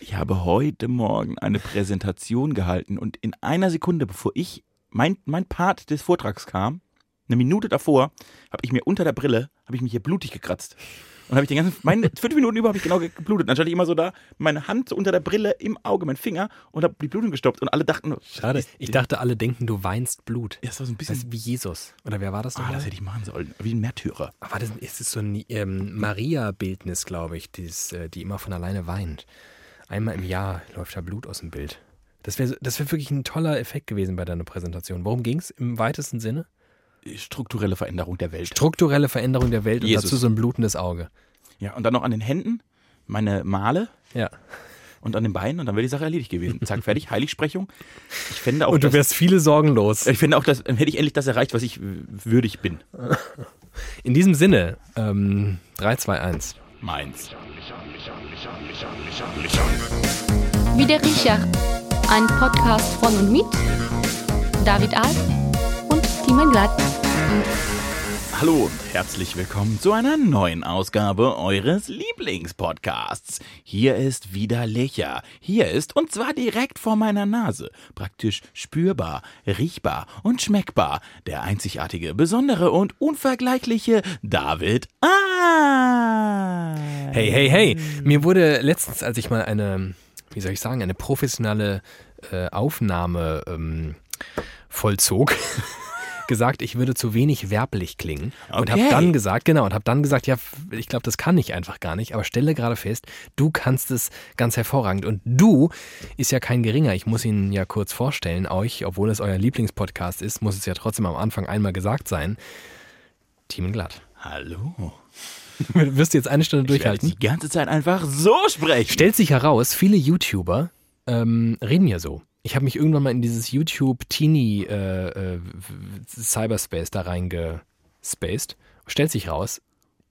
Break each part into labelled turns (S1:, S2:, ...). S1: Ich habe heute Morgen eine Präsentation gehalten und in einer Sekunde, bevor ich, mein, mein Part des Vortrags kam, eine Minute davor, habe ich mir unter der Brille, habe ich mich hier blutig gekratzt. Und habe ich den ganzen, meine fünf Minuten über habe ich genau ge- geblutet. Dann stand ich immer so da, meine Hand so unter der Brille, im Auge, mein Finger und habe die Blutung gestoppt. Und alle dachten,
S2: Schade. Ich dachte, alle denken, du weinst Blut.
S1: das war so ein bisschen,
S2: Das ist wie Jesus. Oder wer war das
S1: ah,
S2: nochmal?
S1: das hätte ich machen sollen, wie ein Märtyrer.
S2: Aber das ist es so ein ähm, Maria-Bildnis, glaube ich, dieses, äh, die immer von alleine weint. Einmal im Jahr läuft da Blut aus dem Bild. Das wäre das wär wirklich ein toller Effekt gewesen bei deiner Präsentation. Worum ging es im weitesten Sinne?
S1: Strukturelle Veränderung der Welt.
S2: Strukturelle Veränderung der Welt
S1: Jesus.
S2: und dazu so ein blutendes Auge.
S1: Ja, und dann noch an den Händen, meine Male
S2: Ja.
S1: und an den Beinen und dann wäre die Sache erledigt gewesen. Zack, fertig, Heiligsprechung. Ich fände auch,
S2: Und du
S1: dass-
S2: wärst viele Sorgen los.
S1: ich finde auch, dass, dann hätte ich endlich das erreicht, was ich w- würdig bin.
S2: In diesem Sinne, ähm, 3, 2, 1.
S1: Meins.
S3: Wie der Richard. Ein Podcast von und mit David Alt und Timon Gladner.
S1: Hallo und herzlich willkommen zu einer neuen Ausgabe eures Lieblingspodcasts. Hier ist wieder Lecher. Hier ist, und zwar direkt vor meiner Nase, praktisch spürbar, riechbar und schmeckbar, der einzigartige, besondere und unvergleichliche David A.
S2: Hey, hey, hey.
S1: Mm.
S2: Mir wurde letztens, als ich mal eine, wie soll ich sagen, eine professionelle äh, Aufnahme ähm, vollzog, gesagt, ich würde zu wenig werblich klingen. Und habe
S1: Okay.
S2: dann gesagt, genau, und habe dann gesagt, ja, f- ich glaube, das kann ich einfach gar nicht, aber stelle gerade fest, du kannst es ganz hervorragend. Und du ist ja kein geringer. Ich muss ihn ja kurz vorstellen, euch, obwohl es euer Lieblingspodcast ist, muss es ja trotzdem am Anfang einmal gesagt sein. Team glatt.
S1: Hallo.
S2: Wirst du jetzt eine Stunde
S1: Ich werde
S2: durchhalten?
S1: die ganze Zeit einfach so sprechen.
S2: Stellt sich heraus, viele YouTuber ähm, reden ja so. Ich habe mich irgendwann mal in dieses YouTube-Teenie-Cyberspace äh, w- w- Cyberspace da reingespaced. Stellt sich raus,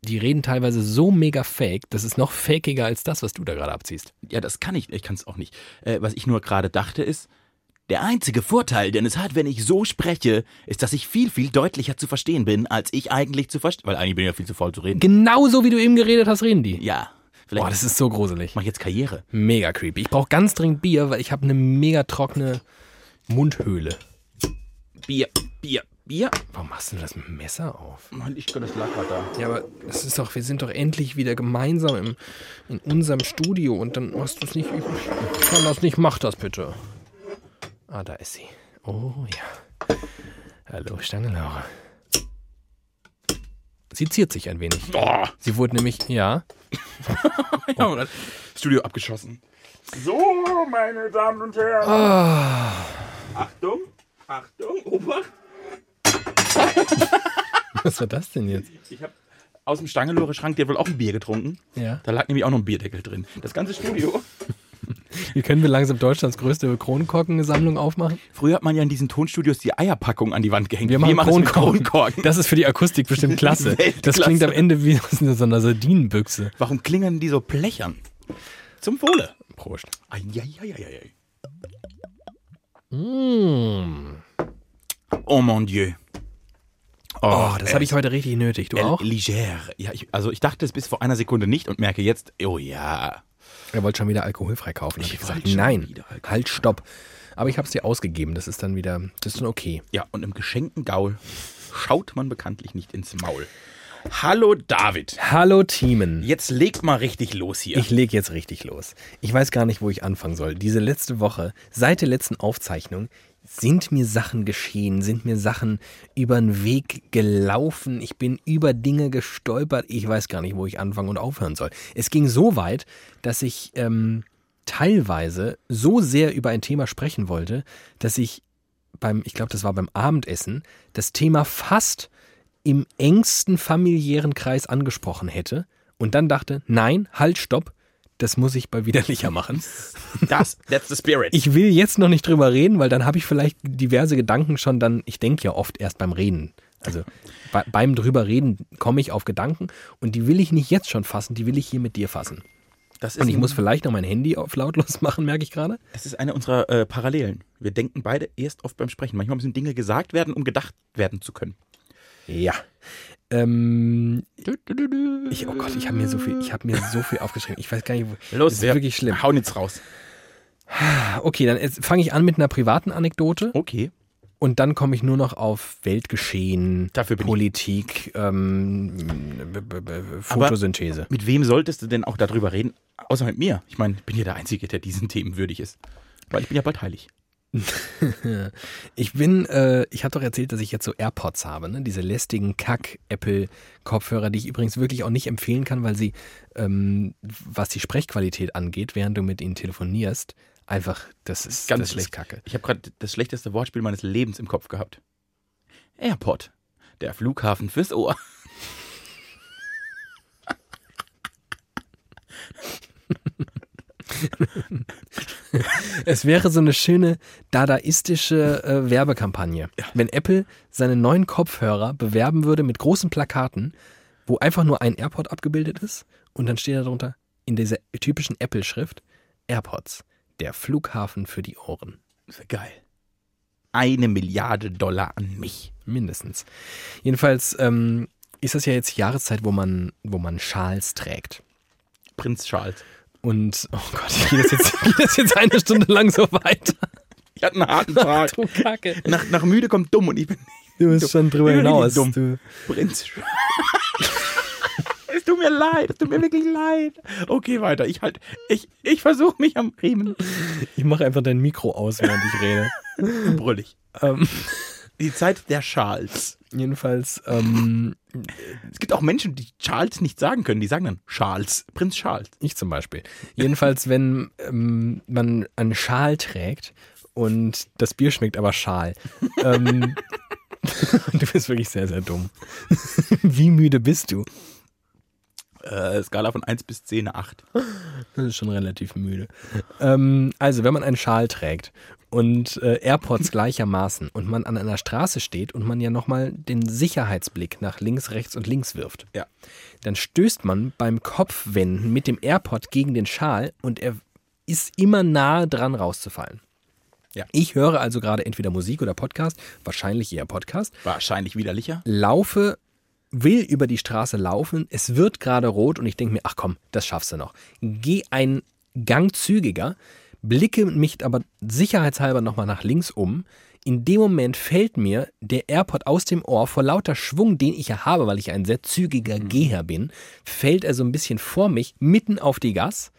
S2: die reden teilweise so mega fake, das ist noch fakiger als das, was du da gerade abziehst.
S1: Ja, das kann ich. Ich kann es auch nicht. Äh, was ich nur gerade dachte ist, der einzige Vorteil, den es hat, wenn ich so spreche, ist, dass ich viel, viel deutlicher zu verstehen bin, als ich eigentlich zu verstehen. Weil eigentlich bin ich ja viel zu faul zu reden.
S2: Genauso wie du eben geredet hast, reden die.
S1: Ja, vielleicht
S2: Boah, das ist so gruselig.
S1: mache ich jetzt Karriere.
S2: Mega creepy. Ich brauche ganz dringend Bier, weil ich habe eine mega trockene Mundhöhle.
S1: Bier, Bier, Bier.
S2: Warum machst du denn das mit dem Messer auf?
S1: Mann, ich das lag gerade da.
S2: Ja, aber das ist doch, wir sind doch endlich wieder gemeinsam im, in unserem Studio und dann machst du es nicht. Ich kann das nicht, mach das bitte. Ah, da ist sie. Oh ja. Hallo, Stangelauer. Sie ziert sich ein wenig.
S1: Boah,
S2: Sie wurde nämlich, ja,
S1: ja, Mann, das Studio abgeschossen.
S4: So, meine Damen und Herren. Achtung, Achtung, Obacht.
S2: was war das denn jetzt?
S1: Ich habe aus dem Stangenlore-Schrank dir wohl auch ein Bier getrunken.
S2: Ja.
S1: Da lag nämlich auch noch ein Bierdeckel drin. Das ganze Studio.
S2: Wie können wir langsam Deutschlands größte Kronkorkensammlung aufmachen?
S1: Früher hat man ja in diesen Tonstudios die Eierpackung an die Wand gehängt.
S2: Wir machen
S1: machen das mit
S2: Kronkorken.
S1: Kronkorken.
S2: Das ist für die Akustik bestimmt klasse. Das
S1: Weltklasse.
S2: klingt am Ende wie aus so einer Sardinenbüchse.
S1: Warum klingern die so plechern? Zum Wohle.
S2: Prost.
S1: Eieieiei.
S2: Mmh.
S1: Mm. Oh mon Dieu.
S2: Oh, das habe ich heute richtig nötig. Du auch?
S1: Liger. Ja, ich, also ich dachte es bis vor einer Sekunde nicht und merke jetzt, oh ja.
S2: Er wollte schon wieder alkoholfrei kaufen. Ich, ich
S1: wollte
S2: gesagt,
S1: schon
S2: nein,
S1: wieder alkoholfrei.
S2: halt, stopp. Aber ich habe es dir ausgegeben. Das ist dann wieder, das ist dann okay.
S1: Ja, und im geschenkten Gaul schaut man bekanntlich nicht ins Maul. Hallo David.
S2: Hallo, Teamen.
S1: Jetzt legt mal richtig los hier.
S2: Ich leg jetzt richtig los. Ich weiß gar nicht, wo ich anfangen soll. Diese letzte Woche, seit der letzten Aufzeichnung, sind mir Sachen geschehen, sind mir Sachen über den Weg gelaufen. Ich bin über Dinge gestolpert. Ich weiß gar nicht, wo ich anfangen und aufhören soll. Es ging so weit, dass ich ähm, teilweise so sehr über ein Thema sprechen wollte, dass ich beim, ich glaube, das war beim Abendessen, das Thema fast im engsten familiären Kreis angesprochen hätte und dann dachte, nein, halt, stopp, das muss ich bei Widerlicher machen.
S1: das, that's the spirit.
S2: Ich will jetzt noch nicht drüber reden, weil dann habe ich vielleicht diverse Gedanken schon dann, ich denke ja oft erst beim Reden. Also bei, beim drüber reden komme ich auf Gedanken und die will ich nicht jetzt schon fassen, die will ich hier mit dir fassen.
S1: das ist
S2: Und ich
S1: ein-
S2: muss vielleicht noch mein Handy auf lautlos machen, merke ich gerade.
S1: Es ist eine unserer äh, Parallelen. Wir denken beide erst oft beim Sprechen. Manchmal müssen Dinge gesagt werden, um gedacht werden zu können.
S2: Ja. Ähm, ich, oh Gott, ich habe mir so viel, ich habe mir so viel aufgeschrieben. Ich weiß gar nicht, wo.
S1: Los,
S2: das ist
S1: wir
S2: wirklich schlimm.
S1: hauen jetzt raus.
S2: Okay, dann fange ich an mit einer privaten Anekdote
S1: Okay.
S2: und dann komme ich nur noch auf Weltgeschehen,
S1: Dafür bin ich-
S2: Politik, ähm, b- b- b- Photosynthese.
S1: Mit wem solltest du denn auch darüber reden? Außer mit mir. Ich meine, ich bin ja der Einzige, der diesen Themen würdig ist. Weil ich bin ja bald heilig.
S2: Ich bin, äh, ich habe doch erzählt, dass ich jetzt so AirPods habe, ne? diese lästigen Kack-Apple-Kopfhörer, die ich übrigens wirklich auch nicht empfehlen kann, weil sie, ähm, was die Sprechqualität angeht, während du mit ihnen telefonierst, einfach, das ist
S1: Ganz
S2: das
S1: schlecht.
S2: Ist Kacke.
S1: Ich habe gerade das schlechteste Wortspiel meines Lebens im Kopf gehabt. Airport. Der Flughafen fürs Ohr.
S2: Es wäre so eine schöne dadaistische äh, Werbekampagne, wenn Apple seine neuen Kopfhörer bewerben würde mit großen Plakaten, wo einfach nur ein AirPod abgebildet ist und dann steht darunter in dieser typischen Apple-Schrift AirPods, der Flughafen für die Ohren.
S1: Das wär geil. Eine Milliarde Dollar an mich.
S2: Mindestens. Jedenfalls ähm, ist das ja jetzt die Jahreszeit, wo man, wo man Schals trägt.
S1: Prinz Charles.
S2: Und, oh Gott, geht das jetzt, geht das jetzt eine Stunde lang so weiter?
S1: Ich hatte einen harten Tag.
S2: Du Kacke.
S1: Nach, nach müde kommt dumm und ich bin
S2: Du bist schon drüber
S1: Ich bin
S2: hinaus.
S1: dumm.
S2: Du.
S1: Prinz Charles. es tut mir leid. Es tut mir wirklich leid. Okay, weiter. Ich halt. Ich, ich versuche mich am Riemen.
S2: Ich mache einfach dein Mikro aus, während ich rede.
S1: Brüllig.
S2: ähm,
S1: Die Zeit der Charles.
S2: jedenfalls, ähm,
S1: Es gibt auch Menschen, die Charles nicht sagen können. Die sagen dann Charles. Prinz Charles.
S2: ich zum Beispiel. Jedenfalls, wenn ähm, man einen Schal trägt und das Bier schmeckt aber Schal. Ähm, du bist wirklich sehr, sehr dumm. Wie müde bist du?
S1: Äh, Skala von 1 bis 10, 8.
S2: Das ist schon relativ müde. Ähm, also, wenn man einen Schal trägt und äh, AirPods gleichermaßen und man an einer Straße steht und man ja nochmal den Sicherheitsblick nach links, rechts und links wirft,
S1: Ja.
S2: dann stößt man beim Kopfwenden mit dem AirPod gegen den Schal und er ist immer nahe dran rauszufallen.
S1: Ja.
S2: Ich höre also gerade entweder Musik oder Podcast, wahrscheinlich eher Podcast,
S1: Wahrscheinlich widerlicher.
S2: laufe, will über die Straße laufen, es wird gerade rot und ich denke mir, ach komm, das schaffst du noch. Geh einen Gang zügiger, blicke mich aber sicherheitshalber nochmal nach links um. In dem Moment fällt mir der AirPod aus dem Ohr vor lauter Schwung, den ich ja habe, weil ich ein sehr zügiger Geher bin, fällt er so ein bisschen vor mich mitten auf die Gas.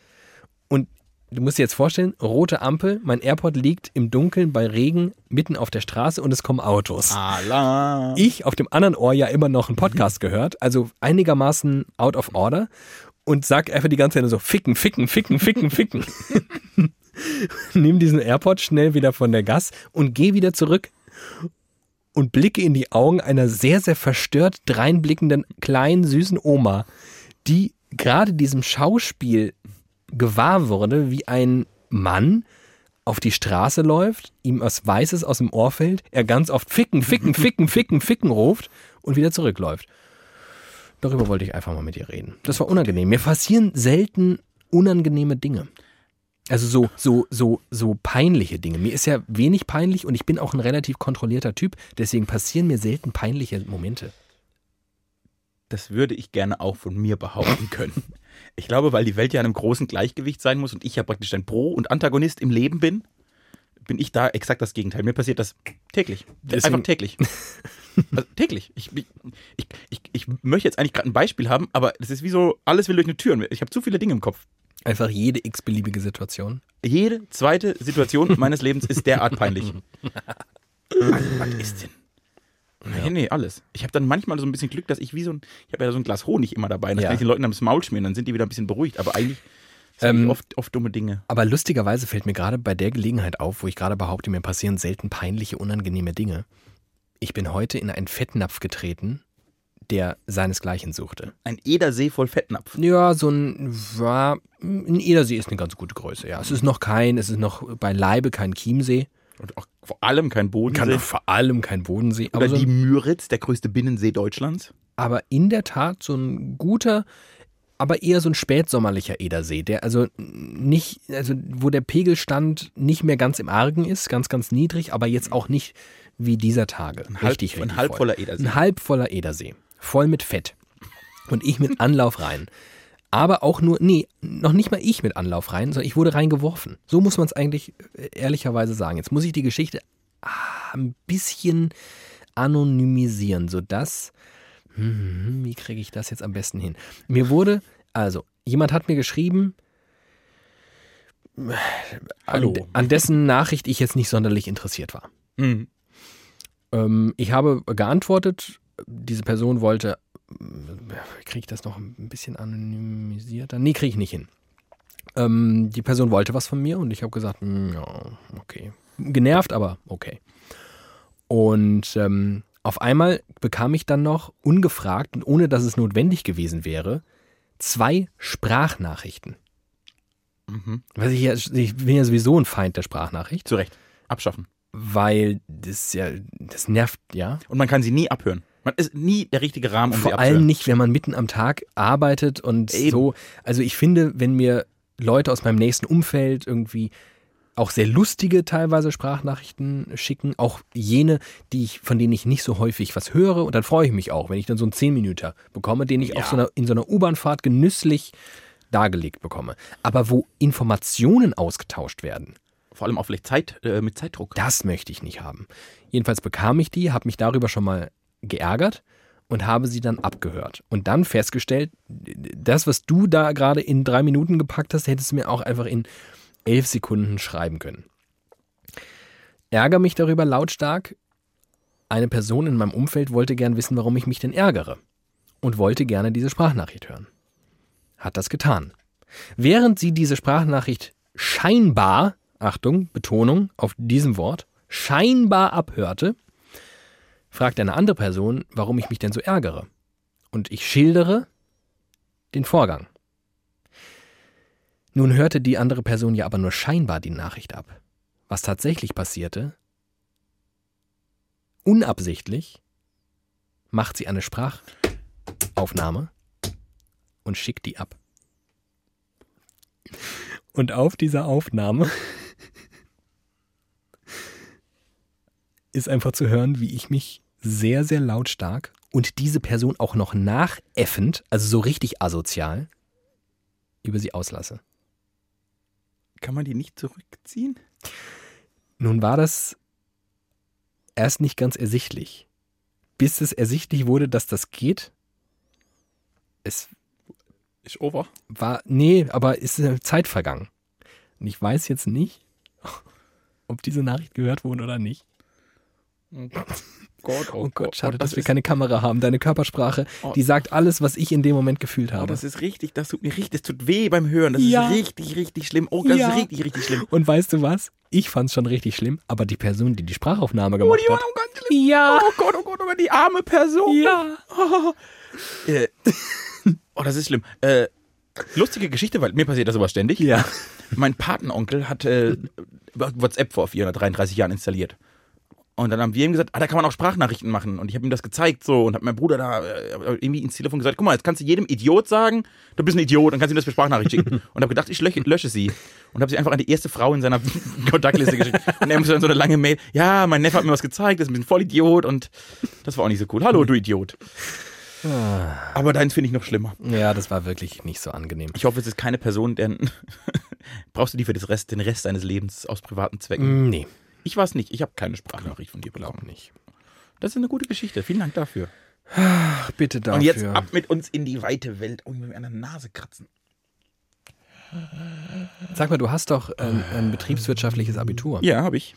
S2: Und du musst dir jetzt vorstellen, rote Ampel, mein AirPod liegt im Dunkeln bei Regen mitten auf der Straße und es kommen Autos
S1: Alarm.
S2: ich auf dem anderen Ohr ja immer noch einen Podcast gehört, also einigermaßen out of order und sag einfach die ganze Zeit nur so ficken, ficken, ficken, ficken, ficken. Nimm diesen AirPod schnell wieder von der Gas und geh wieder zurück und blicke in die Augen einer sehr, sehr verstört dreinblickenden kleinen, süßen Oma, die gerade diesem Schauspiel gewahr wurde, wie ein Mann auf die Straße läuft, ihm was Weißes aus dem Ohr fällt, er ganz oft ficken, ficken, ficken, ficken, ficken ruft und wieder zurückläuft. Darüber wollte ich einfach mal mit dir reden. Das war unangenehm. Mir passieren selten unangenehme Dinge. Also so, so, so, so peinliche Dinge. Mir ist ja wenig peinlich und ich bin auch ein relativ kontrollierter Typ, deswegen passieren mir selten peinliche Momente.
S1: Das würde ich gerne auch von mir behaupten können. Ich glaube, weil die Welt ja in einem großen Gleichgewicht sein muss und ich ja praktisch ein Pro und Antagonist im Leben bin, bin ich da exakt das Gegenteil. Mir passiert das täglich.
S2: Deswegen-
S1: Einfach täglich. Also täglich. Ich, ich, ich, ich, ich möchte jetzt eigentlich gerade ein Beispiel haben, aber das ist wie so, alles will durch eine Tür. Ich habe zu viele Dinge im Kopf.
S2: Einfach jede x-beliebige Situation.
S1: Jede zweite Situation meines Lebens ist derart peinlich. was, was ist denn? Nee, nee, alles. Ich habe dann manchmal so ein bisschen Glück, dass ich wie so ein, ich habe ja so ein Glas Honig immer dabei. Das
S2: Ja.
S1: kann ich den Leuten dann ins Maul schmieren, dann sind die wieder ein bisschen beruhigt. Aber eigentlich sind
S2: Ähm,
S1: oft, oft dumme Dinge.
S2: Aber lustigerweise fällt mir gerade bei der Gelegenheit auf, wo ich gerade behaupte, mir passieren selten peinliche, unangenehme Dinge. Ich bin heute in einen Fettnapf getreten, der seinesgleichen suchte.
S1: Ein Edersee voll Fettnapf.
S2: Ja, so ein war ein Edersee ist eine ganz gute Größe. Ja, es ist noch kein, es ist noch beileibe kein Chiemsee,
S1: Und auch vor allem kein
S2: kann
S1: Bodensee.
S2: doch vor allem kein Bodensee,
S1: Oder
S2: aber, so
S1: die
S2: ein,
S1: Müritz, der größte Binnensee Deutschlands.
S2: aber in der Tat so ein guter aber eher so ein spätsommerlicher Edersee, der also nicht, also wo der Pegelstand nicht mehr ganz im Argen ist, ganz, ganz niedrig, aber jetzt auch nicht wie dieser Tage.
S1: Ein halb- ein halb voller Edersee.
S2: Ein halb voller Edersee. Voll mit Fett. Und ich mit Anlauf rein. Aber auch nur, nee, noch nicht mal ich mit Anlauf rein, sondern ich wurde reingeworfen. So muss man es eigentlich äh, ehrlicherweise sagen. Jetzt muss ich die Geschichte ah, ein bisschen anonymisieren, sodass hm, wie kriege ich das jetzt am besten hin? Mir wurde, also, jemand hat mir geschrieben,
S1: Hallo.
S2: An, an dessen Nachricht ich jetzt nicht sonderlich interessiert war.
S1: Mhm.
S2: Ähm, ich habe geantwortet, diese Person wollte, kriege ich das noch ein bisschen anonymisierter? Nee, kriege ich nicht hin. Ähm, die Person wollte was von mir und ich habe gesagt, "Mm, ja, okay. Genervt, aber okay. Und ähm, auf einmal bekam ich dann noch ungefragt und ohne dass es notwendig gewesen wäre, zwei Sprachnachrichten.
S1: Mhm.
S2: Was ich, ja, ich bin ja sowieso ein Feind der Sprachnachricht,
S1: Zu Recht. Abschaffen.
S2: weil das ja, das nervt, ja.
S1: Und man kann sie nie abhören. Man ist nie der richtige Rahmen, um sie
S2: Vor
S1: abzuhören.
S2: allem nicht, wenn man mitten am Tag arbeitet und
S1: Eben.
S2: so. Also ich finde, wenn mir Leute aus meinem nächsten Umfeld irgendwie auch sehr lustige teilweise Sprachnachrichten schicken, auch jene, die ich, von denen ich nicht so häufig was höre. Und dann freue ich mich auch, wenn ich dann so einen 10-Minüter bekomme, den ich auf so einer, in so einer U-Bahn-Fahrt genüsslich dargelegt bekomme. Aber wo Informationen ausgetauscht werden,
S1: Vor allem auch vielleicht Zeit, äh, mit Zeitdruck.
S2: das möchte ich nicht haben. Jedenfalls bekam ich die, habe mich darüber schon mal geärgert und habe sie dann abgehört. Und dann festgestellt, das, was du da gerade in drei Minuten gepackt hast, hättest du mir auch einfach in elf Sekunden schreiben können. Ärger mich darüber lautstark. Eine Person in meinem Umfeld wollte gern wissen, warum ich mich denn ärgere. Und wollte gerne diese Sprachnachricht hören. Hat das getan. Während sie diese Sprachnachricht scheinbar, Achtung, Betonung auf diesem Wort, scheinbar abhörte, fragt eine andere Person, warum ich mich denn so ärgere. Und ich schildere den Vorgang. Nun hörte die andere Person ja aber nur scheinbar die Nachricht ab. Was tatsächlich passierte, unabsichtlich macht sie eine Sprachaufnahme und schickt die ab. Und auf dieser Aufnahme ist einfach zu hören, wie ich mich sehr, sehr lautstark und diese Person auch noch nachäffend, also so richtig asozial, über sie auslasse.
S1: Kann man die nicht zurückziehen?
S2: Nun war das erst nicht ganz ersichtlich. Bis es ersichtlich wurde, dass das geht. Es
S1: Ist over.
S2: war, nee, aber ist eine Zeit vergangen. Und ich weiß jetzt nicht, ob diese Nachricht gehört wurde oder nicht.
S1: Gott,
S2: Oh Gott, schade, dass wir keine Kamera haben. Deine Körpersprache,
S1: Oh.
S2: die sagt alles, was ich in dem Moment gefühlt
S1: Oh,
S2: habe.
S1: das ist richtig, das tut mir richtig, das tut weh beim Hören. Das
S2: Ja.
S1: ist richtig, richtig schlimm. Oh, das
S2: Ja.
S1: ist richtig, richtig schlimm.
S2: Und weißt du was? Ich fand's schon richtig schlimm, aber die Person, die die Sprachaufnahme gemacht hat, ja,
S1: Oh Gott, oh Gott, oh Gott, die arme Person.
S2: ja.
S1: Äh, oh, das ist schlimm. Äh, lustige Geschichte, weil mir passiert das aber ständig.
S2: Ja.
S1: Mein Patenonkel hat äh, WhatsApp vor 433 Jahren installiert. Und dann haben wir ihm gesagt, ah, da kann man auch Sprachnachrichten machen. Und ich habe ihm das gezeigt so und habe meinem Bruder da äh, irgendwie ins Telefon gesagt, guck mal, jetzt kannst du jedem Idiot sagen, du bist ein Idiot und kannst ihm das per Sprachnachricht schicken. Und habe gedacht, ich lösche, lösche sie. Und habe sie einfach an die erste Frau in seiner Kontaktliste geschickt. Und er musste dann so eine lange Mail, ja, mein Neffe hat mir was gezeigt, das ist ein bisschen voll Idiot und das war auch nicht so cool. Hallo, du Idiot. Aber deins finde ich noch schlimmer.
S2: Ja, das war wirklich nicht so angenehm.
S1: Ich hoffe, es ist keine Person, deren. Brauchst du die für das Rest, den Rest deines Lebens aus privaten Zwecken?
S2: Mm, Nee,
S1: Ich weiß nicht. Ich habe keine Sprachnachricht von dir bekommen.
S2: nicht.
S1: Das ist eine gute Geschichte. Vielen Dank dafür.
S2: Ach, bitte dafür.
S1: Und jetzt ab mit uns in die weite Welt. Oh, ich will mir an der Nase kratzen.
S2: Sag mal, du hast doch ähm, ein betriebswirtschaftliches Abitur.
S1: Ja, habe ich.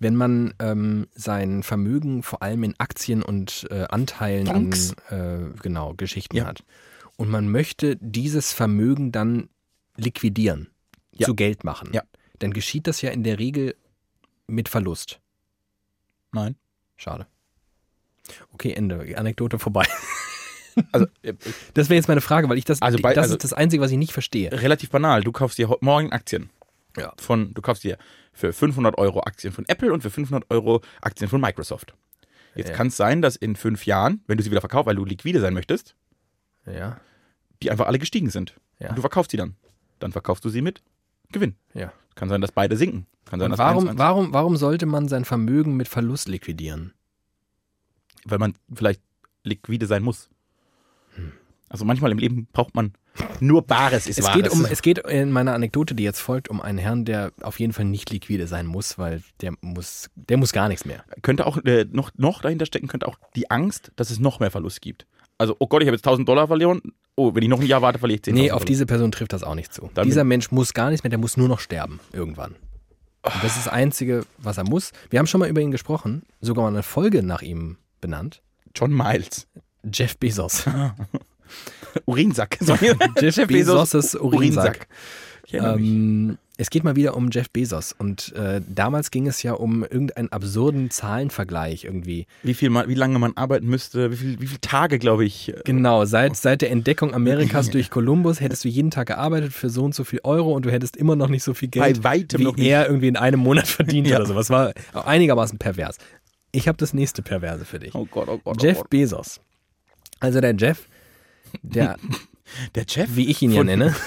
S2: Wenn man ähm, sein Vermögen vor allem in Aktien und äh, Anteilen
S1: Fonds.
S2: an äh, genau, Geschichten
S1: Ja.
S2: hat und man möchte dieses Vermögen dann liquidieren,
S1: Ja.
S2: zu Geld machen,
S1: Ja.
S2: dann geschieht das ja in der Regel mit Verlust.
S1: Nein.
S2: Schade. Okay, Ende. Anekdote vorbei.
S1: Also äh,
S2: Das wäre jetzt meine Frage, weil ich das,
S1: Also bei-
S2: das
S1: also-
S2: ist das Einzige, was ich nicht verstehe.
S1: relativ banal. Du kaufst dir heu- morgen Aktien.
S2: Ja.
S1: Von, du kaufst dir für 500 Euro Aktien von Apple und für 500 Euro Aktien von Microsoft. Jetzt
S2: Ja.
S1: kann es sein, dass in fünf Jahren, wenn du sie wieder verkaufst, weil du liquide sein möchtest,
S2: Ja.
S1: die einfach alle gestiegen sind.
S2: Ja.
S1: Und du verkaufst sie dann. Dann verkaufst du sie mit Gewinn.
S2: Ja.
S1: Kann sein, dass beide sinken. Kann sein,
S2: Und
S1: dass
S2: warum,
S1: 1-1
S2: warum, warum sollte man sein Vermögen mit Verlust liquidieren?
S1: weil man vielleicht liquide sein muss. Also manchmal im Leben braucht man nur Bares ist
S2: Hm. Es
S1: Wahres.
S2: geht, um, es geht in meiner Anekdote, die jetzt folgt, um einen Herrn, der auf jeden Fall nicht liquide sein muss, weil der muss, der muss gar nichts mehr.
S1: könnte auch äh, noch, noch dahinter stecken, könnte auch die Angst, dass es noch mehr Verlust gibt. Also, oh Gott, ich habe jetzt 1000 Dollar verloren. Oh, wenn ich noch ein Jahr warte, verliere ich 10
S2: Nee, auf diese Person trifft das auch nicht zu.
S1: Dann-
S2: Dieser Mensch muss gar nichts mehr, der muss nur noch sterben irgendwann. Und das ist das Einzige, was er muss. Wir haben schon mal über ihn gesprochen, sogar mal eine Folge nach ihm benannt.
S1: John Miles.
S2: Jeff Bezos.
S1: Urinsack. Sorry.
S2: Jeff Bezos' Urinsack.
S1: Ich erinnere mich.
S2: Ähm, es geht mal wieder um Jeff Bezos. Und äh, damals ging es ja um irgendeinen absurden Zahlenvergleich irgendwie.
S1: Wie, viel man, wie lange man arbeiten müsste, wie, viel, wie viele Tage, glaube ich. äh,
S2: Genau, seit, seit der Entdeckung Amerikas durch Kolumbus hättest du jeden Tag gearbeitet für so und so viel Euro und du hättest immer noch nicht so viel Geld,
S1: Bei weitem
S2: wie
S1: noch nicht.
S2: er irgendwie in einem Monat verdient
S1: Ja.
S2: oder sowas. War einigermaßen pervers. Ich habe das nächste Perverse für dich.
S1: Oh Gott, oh Gott.
S2: Jeff
S1: oh
S2: Bezos. Also der Jeff, der,
S1: Gott. Der Jeff?
S2: wie ich ihn ja
S1: Von-
S2: nenne,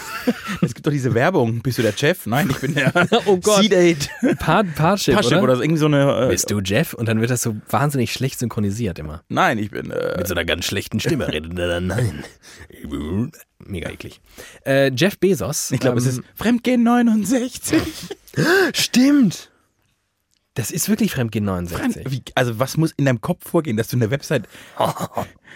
S1: Es gibt doch diese Werbung. Bist du der Jeff? Nein, ich bin der
S2: Oh Gott.
S1: C-Date.
S2: Part, Partship,
S1: Paschek
S2: oder?
S1: oder so, irgendwie so eine. Äh,
S2: Bist du Jeff? Und dann wird das so wahnsinnig schlecht synchronisiert immer.
S1: nein, ich bin. Äh,
S2: Mit so einer ganz schlechten Stimme redet er dann. Nein. Mega eklig. Äh, Jeff Bezos.
S1: ich glaube, es
S2: ähm,
S1: ist Fremdgehen 69.
S2: Stimmt. Das ist wirklich Fremdgehen 69.
S1: Wie, also was muss in deinem Kopf vorgehen, dass du eine Website...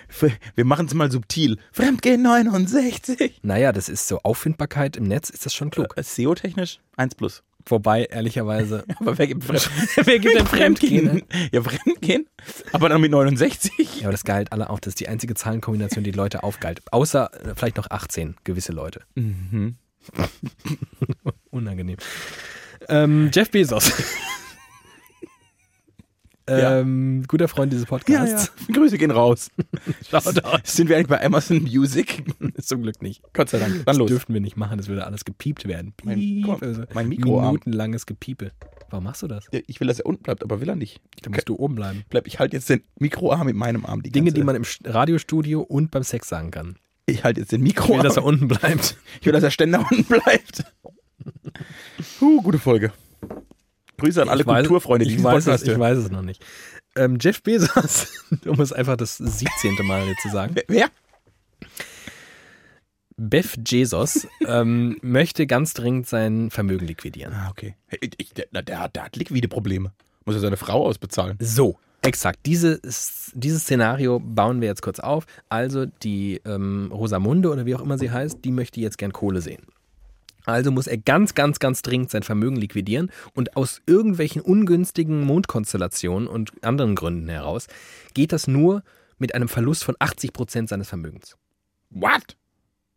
S1: F- Wir machen es mal subtil. Fremdgehen 69.
S2: Naja, das ist so Auffindbarkeit im Netz, ist das schon klug.
S1: Äh, SEO-technisch 1 plus.
S2: Wobei, ehrlicherweise.
S1: Aber wer gibt, Fremd
S2: Wer gibt denn Fremdgehen?
S1: Ja, Fremdgehen. Aber dann mit 69.
S2: Ja, aber das galt alle auch. Das ist die einzige Zahlenkombination, die Leute aufgalt. Außer äh, vielleicht noch 18, gewisse Leute.
S1: Mhm.
S2: Unangenehm. Ähm, Jeff Bezos.
S1: Ja.
S2: ähm, guter Freund dieses
S1: Ja,
S2: Podcasts.
S1: ja. Grüße gehen raus.
S2: Schaut aus.
S1: Sind wir eigentlich bei Amazon Music?
S2: Zum Glück nicht.
S1: Gott sei Dank. Dann
S2: Das
S1: los.
S2: dürften wir nicht machen, das würde alles gepiept werden. Piep,
S1: Mein- guck mal,
S2: also
S1: mein Mikroarm.
S2: Minutenlanges Gepiepe. Warum machst du das?
S1: Ja, Ich will, dass er unten bleibt, aber will er nicht.
S2: Da musst du oben bleiben.
S1: Bleib, ich halte jetzt den Mikroarm mit meinem Arm. Die
S2: Dinge,
S1: ganze-
S2: die man im Sch- Radiostudio und beim Sex sagen kann.
S1: Ich halte jetzt den
S2: Ich will,
S1: Mikroarm.
S2: dass er unten bleibt.
S1: Ich will, dass der Ständer unten bleibt. Huh, gute Folge. Grüße an alle
S2: Ich weiß-
S1: Kulturfreunde, die
S2: ich
S1: diesen
S2: weiß, es,
S1: Podcast
S2: ich
S1: hören.
S2: weiß es noch nicht. Ähm, Jeff Bezos, um es einfach das 17. Mal jetzt zu sagen,
S1: Wer?
S2: Beth Jesus ähm, möchte ganz dringend sein Vermögen liquidieren.
S1: Ah, okay. Ich, ich, der, na, der, hat- der hat liquide Probleme. Muss er seine Frau ausbezahlen.
S2: So, exakt. Dieses, dieses Szenario bauen wir jetzt kurz auf. Also die ähm, Rosamunde oder wie auch immer sie heißt, die möchte jetzt gern Kohle sehen. Also muss er ganz, ganz, ganz dringend sein Vermögen liquidieren und aus irgendwelchen ungünstigen Mondkonstellationen und anderen Gründen heraus geht das nur mit einem Verlust von 80 Prozent seines Vermögens.
S1: What?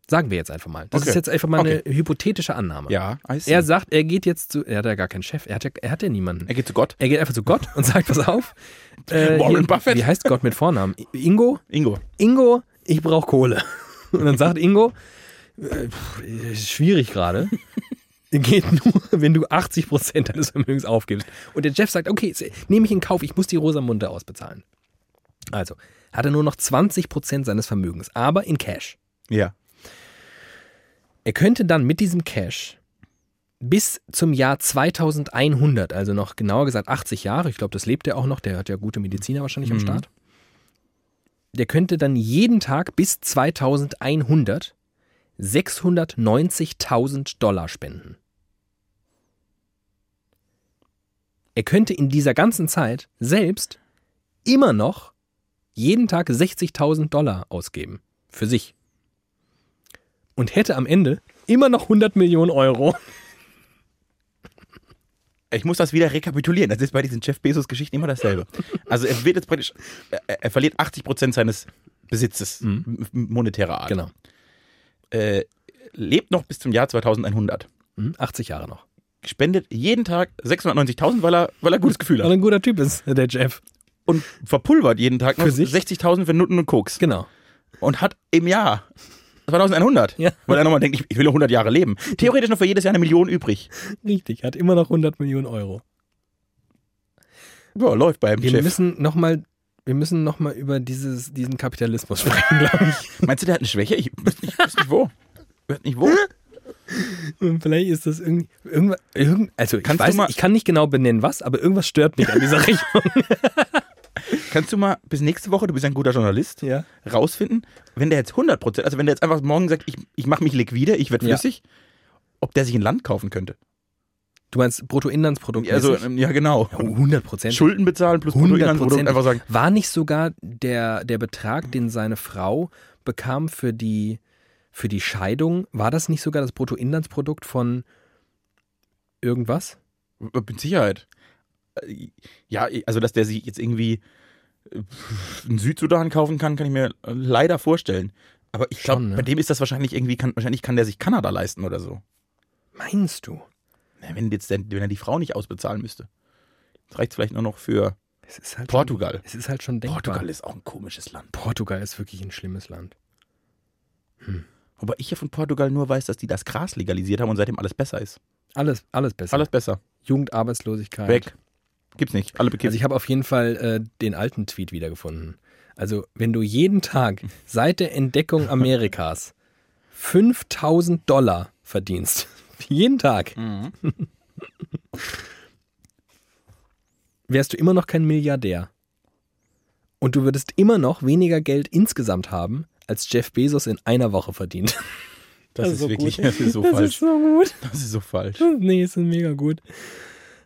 S2: Sagen wir jetzt einfach mal. Das
S1: Okay.
S2: ist jetzt einfach mal eine hypothetische Annahme.
S1: Ja, I see.
S2: Er sagt, er geht jetzt zu, er hat ja gar keinen Chef, er hat ja, er hat ja niemanden.
S1: er geht zu Gott.
S2: Er geht einfach zu Gott und sagt, pass auf. äh,
S1: Warren Buffett.
S2: Wie heißt Gott mit Vornamen? I- Ingo?
S1: Ingo.
S2: Ingo, ich brauche Kohle. Und dann sagt Ingo, äh, pff, äh, schwierig gerade. Geht nur, wenn du 80% deines Vermögens aufgibst. Und der Jeff sagt, okay, se- nehme ich in Kauf, ich muss die Rosamunde ausbezahlen. Also, hat er nur noch 20% seines Vermögens, aber in Cash.
S1: Ja.
S2: Er könnte dann mit diesem Cash bis zum Jahr 2100, also noch genauer gesagt 80 Jahre, ich glaube, das lebt er auch noch, der hat ja gute Mediziner wahrscheinlich am Start. Der könnte dann jeden Tag bis 2100 690.000 Dollar spenden. Er könnte in dieser ganzen Zeit selbst immer noch jeden Tag 60.000 Dollar ausgeben. Für sich und hätte am Ende immer noch 100 Millionen Euro.
S1: Ich muss das wieder rekapitulieren. Das ist bei diesen Jeff Bezos-Geschichten immer dasselbe. Also er wird jetzt praktisch, er, er verliert 80 Prozent seines Besitzes, m- m- monetärer Art.
S2: Mhm. Genau.
S1: Äh, lebt noch bis zum Jahr 2100.
S2: Hm, 80 Jahre noch.
S1: Spendet jeden Tag 690.000, weil er, weil er gutes Gefühl
S2: Weil er
S1: hat.
S2: ein guter Typ ist, der Jeff.
S1: Und verpulvert jeden Tag noch
S2: Für sich?
S1: 60.000 für Nutten und Koks.
S2: Genau.
S1: und hat im Jahr 2100,
S2: Ja.
S1: weil er nochmal denkt, ich, ich will noch 100 Jahre leben. Theoretisch noch für jedes Jahr eine Million übrig.
S2: Richtig, hat immer noch 100 Millionen Euro.
S1: Ja, läuft beim
S2: Wir
S1: Chef.
S2: müssen nochmal wir müssen nochmal über dieses, diesen Kapitalismus sprechen, glaube ich.
S1: Meinst du, der hat eine Schwäche? Ich wüsste nicht, wüsste nicht wo. Ich wüsste nicht wo.
S2: Und vielleicht ist das irgendwie, irgendwas, irgend, also ich,
S1: Kannst du
S2: weiß,
S1: mal-
S2: ich kann nicht genau benennen, was, aber irgendwas stört mich an dieser Rechnung.
S1: Kannst du mal bis nächste Woche, du bist ja ein guter Journalist,
S2: Ja.
S1: rausfinden, wenn der jetzt 100%, also wenn der jetzt einfach morgen sagt, ich, ich mache mich liquide, ich werde
S2: Ja.
S1: flüssig, ob der sich ein Land kaufen könnte.
S2: Du meinst Bruttoinlandsprodukt?
S1: Also,
S2: mäßig?
S1: ähm, ja genau.
S2: Ja, 100 Prozent.
S1: Schulden bezahlen plus
S2: 100
S1: Bruttoinlandsprodukt und
S2: Prozent.
S1: einfach sagen,
S2: War nicht sogar der, der Betrag, den seine Frau bekam für die, für die Scheidung, war das nicht sogar das Bruttoinlandsprodukt von irgendwas?
S1: mit Sicherheit. Äh, Ja, also dass der sich jetzt irgendwie äh, einen Südsudan kaufen kann, kann ich mir äh, leider vorstellen. Aber ich glaube,
S2: Schon, ne?
S1: bei dem ist das wahrscheinlich irgendwie, kann, wahrscheinlich kann der sich Kanada leisten oder so.
S2: Meinst du?
S1: Na, Wenn, jetzt der, wenn er die Frau nicht ausbezahlen müsste. Das reicht vielleicht nur noch für
S2: Es ist halt
S1: Portugal.
S2: Schon, es ist halt schon denkbar.
S1: Portugal ist auch ein komisches Land.
S2: Portugal ist wirklich ein schlimmes Land.
S1: Wobei ich ja von Portugal nur weiß, dass die das Gras legalisiert haben und seitdem alles besser ist.
S2: Alles, alles besser.
S1: Alles besser.
S2: Jugendarbeitslosigkeit.
S1: Weg. Gibt's nicht. Alle
S2: Also
S1: bekifft.
S2: ich habe auf jeden Fall äh, den alten Tweet wiedergefunden. Also wenn du jeden Tag seit der Entdeckung Amerikas 5000 Dollar verdienst, jeden Tag, wärst du immer noch kein Milliardär. Und du würdest immer noch weniger Geld insgesamt haben, als Jeff Bezos in einer Woche verdient.
S1: das,
S2: das
S1: ist
S2: ist so
S1: wirklich,
S2: gut.
S1: das ist so falsch.
S2: so gut.
S1: das ist so falsch.
S2: Nee, es ist mega gut.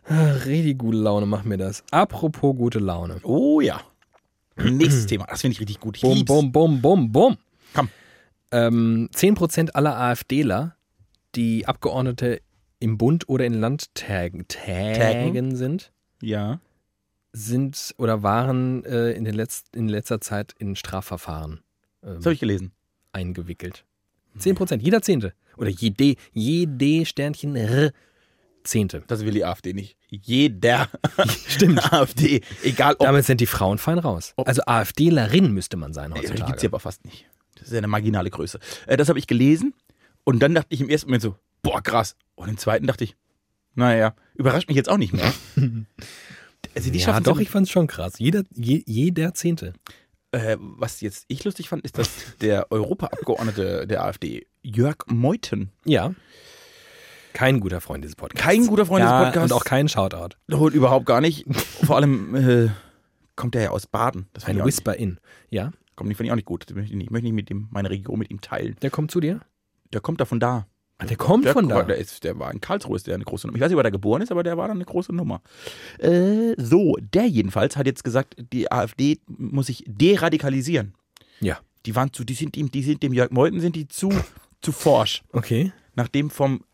S2: Ah, Richtig gute Laune macht mir das. Apropos gute Laune.
S1: Oh ja. Nächstes Thema. Das finde ich richtig gut. Ich
S2: Bum,
S1: lieb's.
S2: bum, bum, bum, bum.
S1: Komm.
S2: Ähm, 10% aller AfDler, die Abgeordnete im Bund oder in Landtagen Tagen sind,
S1: Ja.
S2: sind oder waren äh, in, den Letz-, in letzter Zeit in Strafverfahren ähm,
S1: Das habe ich gelesen.
S2: eingewickelt. 10%, jeder Zehnte. Oder jede, jede Sternchen R Zehnte.
S1: Das will die AfD nicht. Jeder
S2: Stimmt.
S1: AfD, egal ob.
S2: Damit sind die Frauen fein raus.
S1: Ob-
S2: Also AfDlerin müsste man sein
S1: Oh. Ja, Äh, die gibt's
S2: heutzutage.
S1: ja aber fast nicht. Das ist ja eine marginale Größe. Äh, das habe ich gelesen und dann dachte ich im ersten Moment so, boah, krass. Und im zweiten dachte ich, naja, überrascht mich jetzt auch nicht mehr. also die
S2: ja,
S1: schaffen
S2: doch, ich fand's schon krass. Jeder, je, jeder Zehnte.
S1: Äh, was jetzt ich lustig fand, ist, dass der Europaabgeordnete der AfD, Jörg Meuthen,
S2: Ja. Kein guter Freund dieses Podcasts.
S1: kein guter Freund
S2: ja,
S1: des Podcasts,
S2: Und auch kein Shoutout.
S1: holt überhaupt gar nicht. Vor allem äh, kommt er ja aus Baden. Das fand ich
S2: Ein
S1: auch nicht-
S2: Whisper-In. Ja,
S1: Kommt, finde ich auch nicht gut. Das möchte Ich nicht- ich möchte nicht mit dem, meine Region mit ihm teilen.
S2: der kommt zu dir.
S1: Der kommt da von da.
S2: Ah, der kommt
S1: Der,
S2: von da.
S1: Der, ist, der war in Karlsruhe, ist der eine große Nummer. Ich weiß nicht, ob er da geboren ist, aber der war dann eine große Nummer. Äh, so, der jedenfalls hat jetzt gesagt, die AfD muss sich deradikalisieren.
S2: Ja.
S1: Die waren zu, die sind ihm, die sind dem Jörg Meuthen sind die zu, zu forsch.
S2: Okay.
S1: Nachdem vom,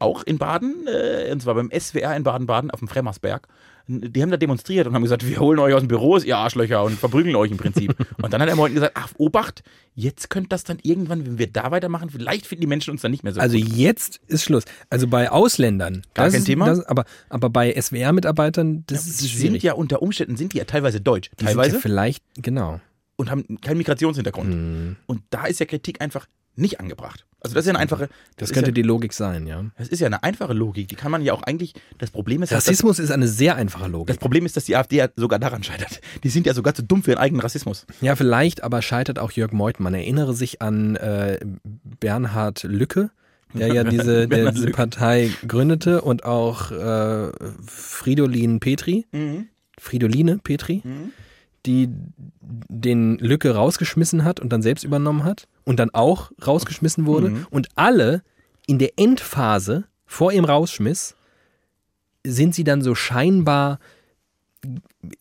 S1: auch in Baden, äh, und zwar beim SWR in Baden-Baden auf dem Fremmersberg, die haben da demonstriert und haben gesagt, wir holen euch aus den Büros, ihr Arschlöcher, und verprügeln euch im Prinzip. und dann hat er Meuthen gesagt, ach, Obacht, jetzt könnte das dann irgendwann, wenn wir da weitermachen, vielleicht finden die Menschen uns dann nicht mehr so
S2: Also
S1: gut.
S2: jetzt ist Schluss. Also bei Ausländern.
S1: Gar
S2: das
S1: kein
S2: ist,
S1: Thema?
S2: Das, aber, aber bei SWR-Mitarbeitern, das ist
S1: die sind
S2: schwierig.
S1: ja unter Umständen sind die ja teilweise deutsch,
S2: Die sind
S1: teilweise
S2: ja vielleicht, genau.
S1: und haben keinen Migrationshintergrund.
S2: Hm.
S1: Und da ist ja Kritik einfach nicht angebracht. Also das ist ja eine einfache,
S2: Das
S1: ist
S2: könnte
S1: ja,
S2: die Logik sein, ja.
S1: das ist ja eine einfache Logik. Die kann man ja auch eigentlich. Das Problem ist, dass-
S2: Rassismus ist eine sehr einfache
S1: das
S2: Logik.
S1: Problem ist, dass die AfD ja sogar daran scheitert. Die sind ja sogar zu dumm für ihren eigenen Rassismus.
S2: Ja, vielleicht, aber scheitert auch Jörg Meuthen. Man erinnere sich an äh, Bernhard Lücke, der ja diese, der
S1: Bernhard
S2: diese
S1: Lücke.
S2: Partei gründete und auch äh, Fridolin Petri. Fridoline Petri,
S1: Mhm.
S2: die den Lücke rausgeschmissen hat und dann selbst übernommen hat und dann auch rausgeschmissen wurde
S1: Mhm.
S2: und alle in der Endphase vor ihrem Rausschmiss sind sie dann so scheinbar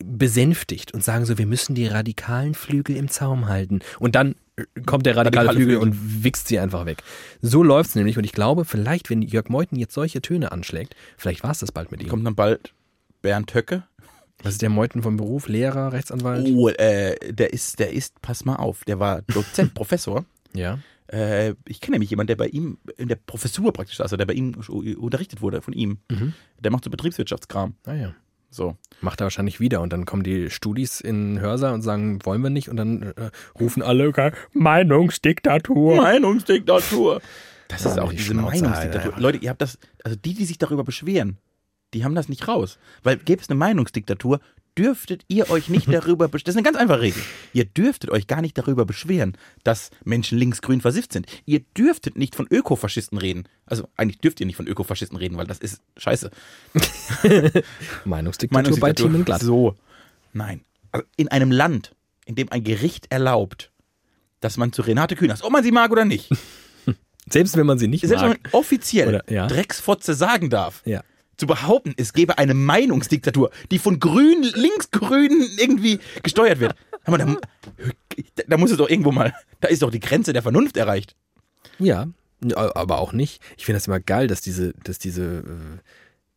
S2: besänftigt und sagen so, wir müssen die radikalen Flügel im Zaum halten. Und dann äh, kommt der radikale,
S1: Radikale
S2: Flügel,
S1: Flügel.
S2: und wichst sie einfach weg. So läuft es nämlich und ich glaube, vielleicht, wenn Jörg Meuthen jetzt solche Töne anschlägt, vielleicht war es das bald mit ihm.
S1: Kommt dann bald Bernd Höcke.
S2: Was ist der Meuthen vom Beruf? Lehrer, Rechtsanwalt?
S1: Oh, äh, der ist, der ist, pass mal auf, der war Dozent, Professor.
S2: Ja.
S1: Äh, ich kenne nämlich jemanden, der bei ihm in der Professur praktisch, also der bei ihm unterrichtet wurde von ihm.
S2: Mhm.
S1: Der macht so Betriebswirtschaftskram.
S2: Naja.
S1: So.
S2: Macht er wahrscheinlich wieder und dann kommen die Studis in den Hörsaal und sagen, wollen wir nicht und dann äh, rufen alle "Ke- Meinungsdiktatur.
S1: Meinungsdiktatur. Das ist auch
S2: die
S1: diese
S2: Schnauze,
S1: Meinungsdiktatur.
S2: Alter.
S1: Leute, ihr habt das, also die, die sich darüber beschweren, die haben das nicht raus. Weil gäbe es eine Meinungsdiktatur, dürftet ihr euch nicht darüber beschweren. Das ist eine ganz einfache Regel. Ihr dürftet euch gar nicht darüber beschweren, dass Menschen linksgrün versifft sind. Ihr dürftet nicht von Ökofaschisten reden. Also eigentlich dürft ihr nicht von Ökofaschisten reden, weil das ist scheiße.
S2: Meinungsdiktatur bei Team in Glatt.
S1: So. Nein. Also in einem Land, in dem ein Gericht erlaubt, dass man zu Renate Kühn hast, ob man sie mag oder nicht,
S2: Selbst wenn man sie nicht
S1: selbst wenn man
S2: mag.
S1: offiziell
S2: Oder- ja.
S1: Drecksfotze sagen darf,
S2: Ja.
S1: zu behaupten, es gäbe eine Meinungsdiktatur, die von Grün, Linksgrünen irgendwie gesteuert wird. Hör mal, da, da muss es doch irgendwo mal, da ist doch die Grenze der Vernunft erreicht.
S2: Ja, ja, aber auch nicht. Ich finde das immer geil, dass diese, dass diese, äh,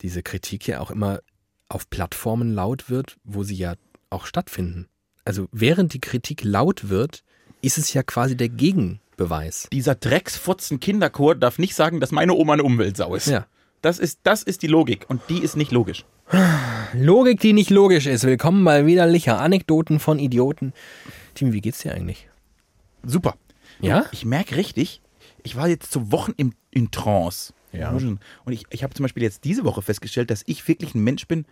S2: diese Kritik hier auch immer auf Plattformen laut wird, wo sie ja auch stattfinden. Also während die Kritik laut wird, ist es ja quasi der Gegenbeweis.
S1: Dieser Drecksfotzen Kinderchor darf nicht sagen, dass meine Oma eine Umweltsau ist.
S2: Ja.
S1: Das ist, das ist die Logik und die ist nicht logisch.
S2: Logik, die nicht logisch ist. Willkommen bei widerlicher Anekdoten von Idioten. Tim, wie geht's dir eigentlich?
S1: Super.
S2: Ja?
S1: Ich merke richtig, ich war jetzt zu Wochen im, in Trance.
S2: Ja.
S1: Und ich, ich habe zum Beispiel jetzt diese Woche festgestellt, dass ich wirklich ein Mensch bin,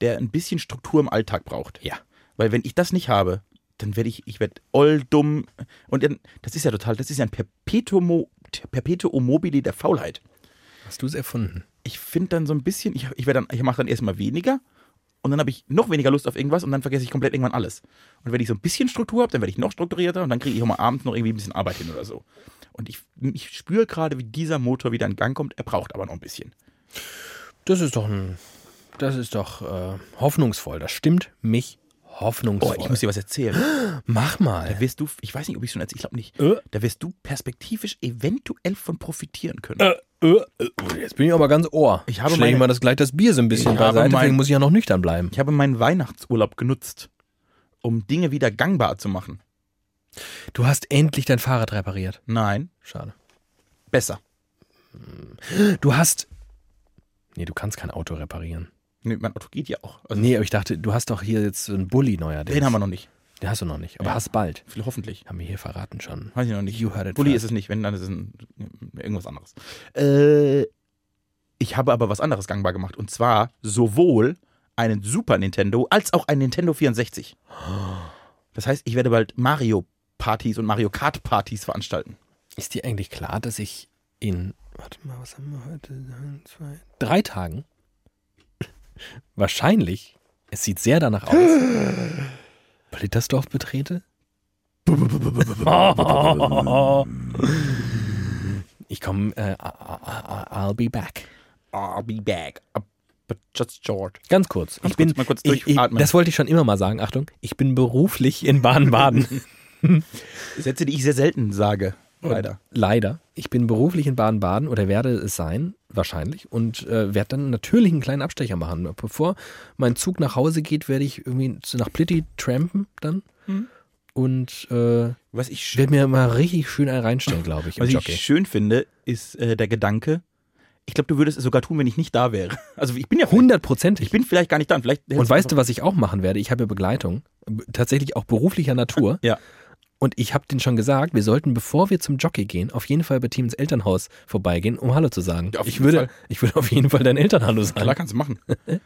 S1: der ein bisschen Struktur im Alltag braucht.
S2: Ja.
S1: Weil wenn ich das nicht habe, dann werde ich, ich werde all dumm. Und dann, das ist ja total, das ist ja ein Perpetuum, Perpetuum mobile der Faulheit.
S2: Hast du es erfunden?
S1: Ich finde dann so ein bisschen, ich, ich, werd dann, ich mache dann erstmal weniger und dann habe ich noch weniger Lust auf irgendwas und dann vergesse ich komplett irgendwann alles. Und wenn ich so ein bisschen Struktur habe, dann werde ich noch strukturierter und dann kriege ich auch mal abends noch irgendwie ein bisschen Arbeit hin oder so. Und ich, ich spüre gerade, wie dieser Motor wieder in Gang kommt. Er braucht aber noch ein bisschen.
S2: Das ist doch ein, das ist doch äh, hoffnungsvoll. Das stimmt mich
S1: Oh,
S2: hoffnungsvoll.
S1: ich muss dir was erzählen.
S2: Mach mal.
S1: Da wirst du, ich weiß nicht, ob ich schon erzähle, ich glaube nicht.
S2: Äh?
S1: Da wirst du perspektivisch eventuell von profitieren können.
S2: Äh, äh, äh, Jetzt bin ich aber ganz ohr.
S1: Ich habe
S2: Stell
S1: meine-
S2: mal das gleich das Bier so ein bisschen
S1: Ich habe
S2: beiseite,
S1: mein-
S2: deswegen muss ich ja noch nüchtern bleiben.
S1: Ich habe meinen Weihnachtsurlaub genutzt, um Dinge wieder gangbar zu machen.
S2: Du hast endlich dein Fahrrad repariert.
S1: Nein,
S2: Schade.
S1: besser.
S2: Du hast. Nee, du kannst kein Auto reparieren.
S1: Nee, mein Auto geht ja auch. Also,
S2: Nee, aber ich dachte, du hast doch hier jetzt so einen Bulli neuerdings.
S1: den haben wir noch nicht.
S2: Den hast du noch nicht, aber
S1: Ja.
S2: hast bald.
S1: Vielleicht hoffentlich.
S2: Haben wir hier verraten schon.
S1: Weiß ich noch nicht.
S2: You heard it
S1: Bulli
S2: first.
S1: ist es nicht, wenn dann ist es ein, irgendwas anderes. Äh, ich habe aber was anderes gangbar gemacht. Und zwar sowohl einen Super Nintendo als auch einen Nintendo 64. Das heißt, ich werde bald Mario-Partys und Mario Kart-Partys veranstalten.
S2: Ist dir eigentlich klar, dass ich in. Warte mal, was haben wir heute? Ein, zwei, drei Tagen. Wahrscheinlich. Es sieht sehr danach aus. Blittersdorf betrete? Ich komme. Äh, I- I- I- I'll be back.
S1: I'll be back. But just short.
S2: Ganz kurz.
S1: Ganz
S2: ich bin,
S1: kurz, mal kurz
S2: ich, ich,
S1: durchatmen.
S2: das wollte ich schon immer mal sagen. Achtung, ich bin beruflich in Baden-Baden.
S1: Sätze, die ich sehr selten sage, leider.
S2: Leider. Ich bin beruflich in Baden-Baden oder werde es sein, wahrscheinlich. Und äh, werde dann natürlich einen kleinen Abstecher machen. Bevor mein Zug nach Hause geht, werde ich irgendwie zu- nach Plitti trampen dann.
S1: Hm.
S2: Und äh,
S1: Was ich, sch-
S2: werde mir mal richtig schön einen reinstellen, glaube ich, im
S1: was
S2: Jockey.
S1: Also ich schön finde, ist äh, der Gedanke, ich glaube, du würdest es sogar tun, wenn ich nicht da wäre. Also ich bin ja
S2: Hundertprozentig.
S1: Ich bin vielleicht gar nicht da. und Vielleicht
S2: Und weißt du, was ich auch machen werde? Ich habe ja Begleitung, b- tatsächlich auch beruflicher Natur.
S1: Ja.
S2: Und ich habe denen schon gesagt, wir sollten, bevor wir zum Jockey gehen, auf jeden Fall bei Teams Elternhaus vorbeigehen, um Hallo zu sagen.
S1: Ja, auf
S2: ich,
S1: jeden
S2: würde,
S1: Fall.
S2: ich würde auf jeden Fall dein Eltern Hallo sagen.
S1: Klar, kannst du machen.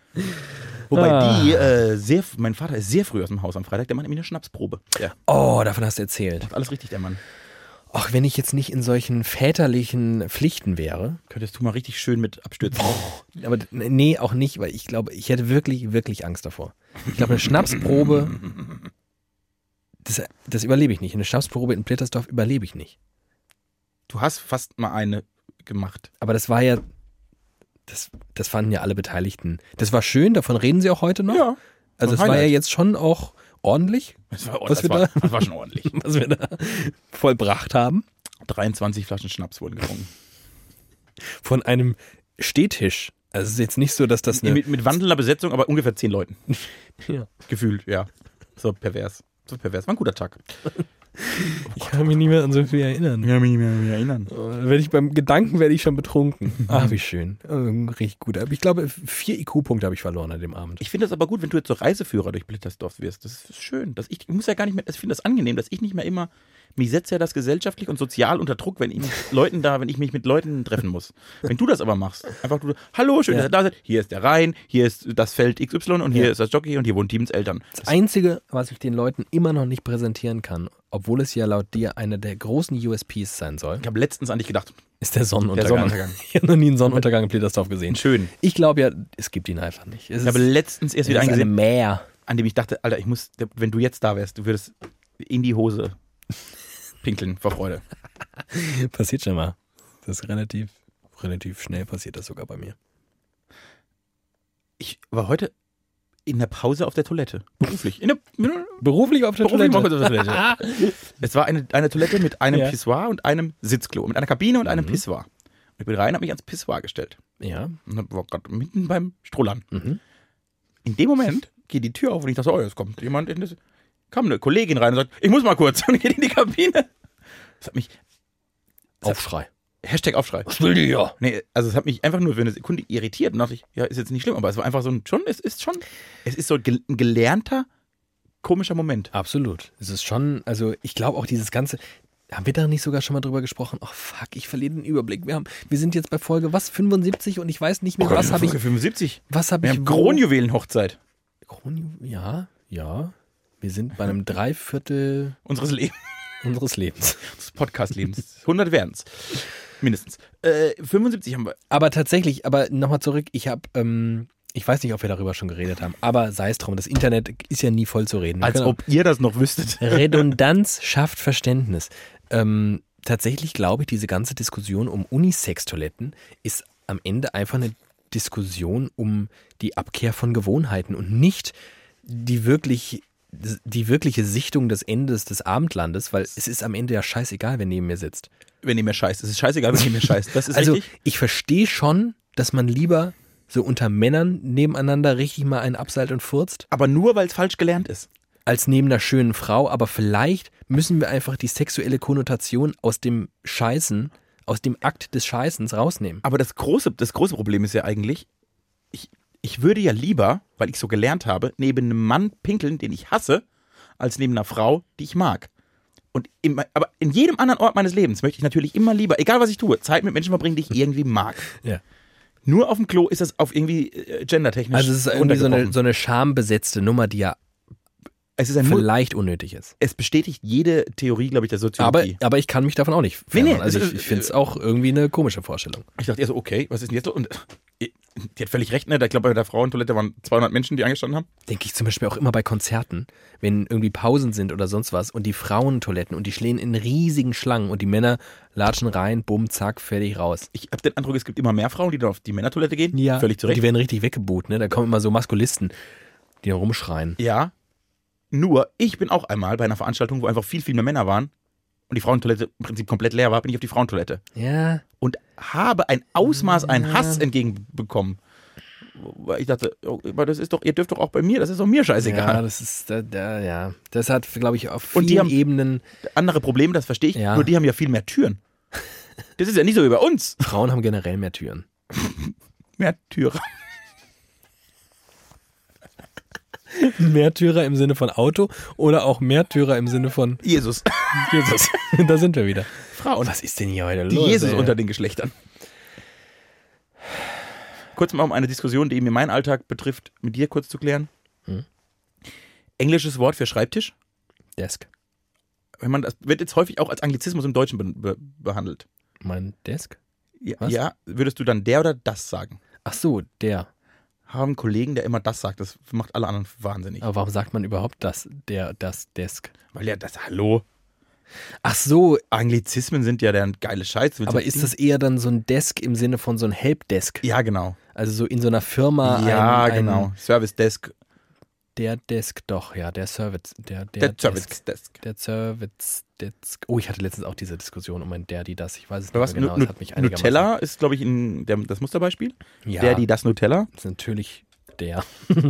S1: Wobei
S2: Ah.
S1: die, äh, sehr, mein Vater ist sehr früh aus dem Haus am Freitag, der macht nämlich eine Schnapsprobe. Ja.
S2: Oh, davon hast du erzählt.
S1: Alles richtig, der Mann.
S2: Ach, wenn ich jetzt nicht in solchen väterlichen Pflichten wäre.
S1: Könntest du mal richtig schön mit abstürzen.
S2: Aber d- nee, auch nicht, weil ich glaube, ich hätte wirklich, wirklich Angst davor. Ich glaube, eine Schnapsprobe, das, das überlebe ich nicht. Eine Schnapsprobe in Plittersdorf überlebe ich nicht.
S1: Du hast fast mal eine gemacht.
S2: Aber das war ja, das, das fanden ja alle Beteiligten. Das war schön, davon reden sie auch heute noch.
S1: ein
S2: also es war ja
S1: Highlight.
S2: jetzt schon auch ordentlich,
S1: Das war,
S2: Was
S1: das
S2: wir
S1: war,
S2: da-
S1: das war schon ordentlich.
S2: was wir da vollbracht haben.
S1: 23 Flaschen Schnaps wurden getrunken.
S2: Von einem Stehtisch. Also es ist jetzt nicht so, dass das eine...
S1: Mit, mit wandelnder Besetzung, aber ungefähr 10 Leuten.
S2: Ja.
S1: Gefühlt, ja. So pervers. So pervers. War ein guter Tag.
S2: Ich kann mich nicht mehr an so viel erinnern.
S1: Ja, mich, mich erinnern.
S2: Wenn ich beim Gedanken werde ich schon betrunken. Ach, Ah, wie schön. Ähm, Richtig gut. Aber ich glaube, vier IQ-Punkte habe ich verloren an dem Abend.
S1: Ich finde das aber gut, wenn du also jetzt so Reiseführer durch Blittersdorf wirst. Das ist schön. Dass ich, ich muss ja gar nicht mehr, ich finde das angenehm, dass ich nicht mehr immer Mich setzt ja das gesellschaftlich und sozial unter Druck, wenn ich mit Leuten da, wenn ich mich mit Leuten treffen muss. Wenn du das aber machst, einfach du, hallo, schön, dass ihr
S2: Ja.
S1: da seid. Hier ist der Rhein, hier ist das Feld XY und hier
S2: Ja.
S1: ist das Jockey und hier wohnen Teams Eltern.
S2: Das Einzige, was ich den Leuten immer noch nicht präsentieren kann, obwohl es ja laut dir einer der großen USPs sein soll,
S1: Ich habe letztens an dich gedacht.
S2: ist der Sonnenuntergang.
S1: Sonnenuntergang.
S2: Ich habe noch nie einen Sonnenuntergang in Plittersdorf gesehen.
S1: Schön.
S2: Ich glaube ja, es gibt ihn einfach nicht. Es
S1: Ich habe letztens erst wieder
S2: es ist
S1: einen
S2: eine
S1: gesehen,
S2: Meer.
S1: an dem ich dachte, Alter, ich muss, wenn du jetzt da wärst, du würdest in die Hose pinkeln vor Freude.
S2: Passiert schon mal. Das ist relativ, relativ schnell passiert das sogar bei mir.
S1: Ich war heute in der Pause auf der Toilette. Beruflich. In der,
S2: Beruflich auf der
S1: Beruflich mal kurz
S2: Toilette.
S1: auf der Toilette. es war eine, eine Toilette mit einem
S2: Ja.
S1: Pissoir und einem Sitzklo. Mit einer Kabine und einem Pissoir. Und ich bin rein, habe mich ans Pissoir gestellt.
S2: Ja.
S1: Und hab- war gerade mitten beim Strollern.
S2: Mhm.
S1: In dem Moment geht die Tür auf und ich dachte, so, oh, jetzt kommt jemand in das. Kam eine Kollegin rein und sagt, ich muss mal kurz und geht in die Kabine. Das hat mich.
S2: Aufschrei.
S1: Hashtag Aufschrei.
S2: Was will die ja?
S1: Nee, also es hat mich einfach nur für eine Sekunde irritiert und dachte ich, ja, ist jetzt nicht schlimm, aber es war einfach so ein, schon, es ist schon, es ist so gel- ein gelernter, komischer Moment.
S2: Absolut. Es ist schon, also ich glaube auch dieses ganze. Haben wir da nicht sogar schon mal drüber gesprochen? Ach fuck, ich verliere den Überblick. Wir, haben, wir sind jetzt bei Folge was 75 und ich weiß nicht mehr, was habe ich,
S1: 75.
S2: was habe
S1: Wir
S2: ich,
S1: haben
S2: wo-
S1: Kronjuwelenhochzeit
S2: Kronju- ja, ja. Wir sind bei einem Dreiviertel
S1: unseres Lebens,
S2: unseres Lebens.
S1: des Podcast-Lebens. 100 werden's. Mindestens. Äh, 75 haben wir.
S2: Aber tatsächlich, aber nochmal zurück, ich habe, ähm, ich weiß nicht, ob wir darüber schon geredet haben, aber sei es drum, das Internet ist ja nie voll zu reden. Wir
S1: Als
S2: können auch-
S1: ob ihr das noch wüsstet.
S2: Redundanz schafft Verständnis. Ähm, tatsächlich glaube ich, diese ganze Diskussion um Unisex-Toiletten ist am Ende einfach eine Diskussion um die Abkehr von Gewohnheiten und nicht die wirklich die wirkliche Sichtung des Endes des Abendlandes, weil es ist am Ende ja scheißegal, wer neben mir sitzt.
S1: Wenn ihr mir scheißt. Es ist scheißegal, wenn ihr mir scheißt. Das ist
S2: also
S1: richtig.
S2: ich verstehe schon, dass man lieber so unter Männern nebeneinander richtig mal einen abseilt und furzt,
S1: Aber nur, weil es falsch gelernt ist.
S2: als neben einer schönen Frau, aber vielleicht müssen wir einfach die sexuelle Konnotation aus dem Scheißen, aus dem Akt des Scheißens rausnehmen.
S1: Aber das große, das große Problem ist ja eigentlich, ich, ich würde ja lieber, weil ich so gelernt habe, neben einem Mann pinkeln, den ich hasse, als neben einer Frau, die ich mag. Und im, aber in jedem anderen Ort meines Lebens möchte ich natürlich immer lieber, egal was ich tue, Zeit mit Menschen verbringen, die ich irgendwie mag.
S2: Ja.
S1: Nur auf dem Klo ist das auf irgendwie äh, gendertechnisch.
S2: Also es ist irgendwie so eine,
S1: runtergebrochen. Äh,
S2: so eine schambesetzte Nummer, die ja
S1: es, ist ein, Mul-
S2: vielleicht unnötig ist.
S1: es bestätigt jede Theorie, glaube ich, der
S2: Aber,
S1: Soziologie.
S2: aber ich kann mich davon auch nicht
S1: Nee, nee,
S2: fernmachen. Also
S1: es
S2: ich,
S1: ist- äh,
S2: ich finde es auch irgendwie eine komische Vorstellung.
S1: ich dachte eher so, okay, was ist denn jetzt so? Und äh, die hat völlig recht, ne? Ich glaube, bei der Frauentoilette waren 200 Menschen, die angestanden haben.
S2: Denke ich zum Beispiel auch immer bei Konzerten, wenn irgendwie Pausen sind oder sonst was und die Frauentoiletten und die stehen in riesigen Schlangen und die Männer latschen rein, bumm, zack, fertig, raus.
S1: Ich habe den Eindruck, es gibt immer mehr Frauen, die dann auf die Männertoilette gehen. Völlig zu
S2: Und
S1: Recht.
S2: Die werden richtig weggeboot, ne? Da kommen immer so Maskulisten, die da rumschreien.
S1: Ja. Nur, ich bin auch einmal bei einer Veranstaltung, wo einfach viel, viel mehr Männer waren und die Frauentoilette im Prinzip komplett leer war, bin ich auf die Frauentoilette.
S2: Ja.
S1: Und habe ein Ausmaß, einen Hass entgegenbekommen. Weil ich dachte, oh, aber das ist doch, ihr dürft doch auch bei mir, das ist doch mir
S2: Ja,
S1: scheißegal.
S2: das ist, da, da, ja. Das hat, glaube ich, auf
S1: Und
S2: vielen
S1: die haben-
S2: Ebenen,
S1: Andere Probleme, das verstehe ich,
S2: Ja.
S1: nur die haben ja viel mehr Türen. Das ist ja nicht so wie bei uns.
S2: Frauen haben generell mehr Türen.
S1: Mehr Türen.
S2: Märtyrer im Sinne von Auto oder auch Märtyrer im Sinne von
S1: Jesus.
S2: Jesus. da sind wir wieder.
S1: Frauen.
S2: Oh, Was ist denn hier heute
S1: Die
S2: los?
S1: Jesus
S2: ey?
S1: unter den Geschlechtern. Kurz mal um eine Diskussion, die mir meinen Alltag betrifft, mit dir kurz zu klären.
S2: Hm.
S1: Englisches Wort für Schreibtisch,
S2: Desk.
S1: wenn man das wird jetzt häufig auch als Anglizismus im Deutschen be be behandelt.
S2: Mein Desk?
S1: Ja,
S2: Was?
S1: ja, würdest du dann der oder das sagen?
S2: Ach so, der.
S1: Haben einen Kollegen, der immer das sagt, das macht alle anderen wahnsinnig.
S2: Aber warum sagt man überhaupt das, der, das Desk?
S1: Weil ja das hallo,
S2: Ach so,
S1: Anglizismen sind ja der geile Scheiß.
S2: aber ist das eher dann so ein Desk im Sinne von so ein Helpdesk?
S1: Ja, genau.
S2: Also so in so einer Firma.
S1: ja,
S2: Ah, ein, ein,
S1: genau. Service Desk,
S2: Der Desk doch, ja, der Service, der, der,
S1: der Service Desk.
S2: Der Service Desk. Oh, ich hatte letztens auch diese Diskussion um ein der, die, das. Ich weiß es nicht
S1: Oder was?
S2: mehr genau.
S1: Nu-
S2: es hat mich
S1: Nu-
S2: einigermaßen-
S1: Nutella ist, glaube ich, in der, das Musterbeispiel.
S2: Ja,
S1: Der, die, das Nutella.
S2: ist natürlich der.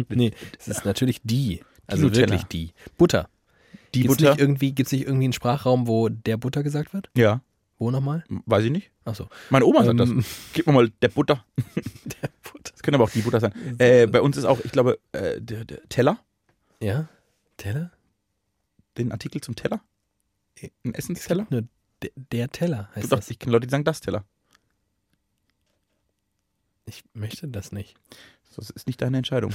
S2: nee, es ist natürlich die. Also
S1: Nutella.
S2: wirklich die. Butter.
S1: Die
S2: gibt's
S1: Butter.
S2: Nicht irgendwie, gibt's nicht irgendwie einen Sprachraum, wo der Butter gesagt wird?
S1: Ja,
S2: Wo nochmal?
S1: weiß ich nicht.
S2: Achso.
S1: Meine Oma sagt
S2: Ähm.
S1: das. Gib mir mal der Butter. Das könnte aber auch die Butter sein. Äh, bei uns ist auch, ich glaube, äh, der, der Teller,
S2: Ja? Teller?
S1: den Artikel zum Teller. Äh, Ein Essensteller?
S2: Nur de- der Teller heißt
S1: Doch,
S2: das.
S1: ich kenne Leute, die sagen das Teller.
S2: Ich möchte das nicht.
S1: Das ist nicht deine Entscheidung.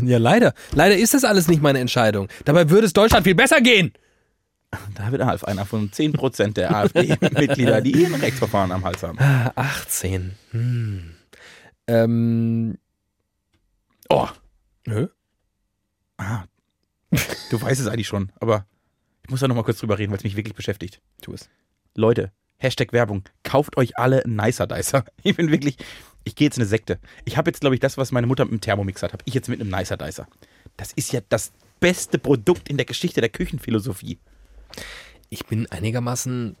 S2: Ja, leider. Leider ist das alles nicht meine Entscheidung. Dabei würde es Deutschland viel besser gehen.
S1: David Alf, einer von 10% der AfD-Mitglieder, die ihren Rechtsverfahren am Hals haben.
S2: Ah, 18. Hm. Ähm,
S1: Oh,
S2: nö.
S1: ah, du weißt es eigentlich schon, aber ich muss da nochmal kurz drüber reden, weil es mich wirklich beschäftigt.
S2: Tu es.
S1: Leute, Hashtag Werbung, kauft euch alle einen Nicer Dicer. Ich bin wirklich, ich gehe jetzt in eine Sekte. Ich habe jetzt, glaube ich, das, was meine Mutter mit dem Thermomix hat, habe ich jetzt mit einem Nicer Dicer. Das ist ja das beste Produkt in der Geschichte der Küchenphilosophie.
S2: Ich bin einigermaßen.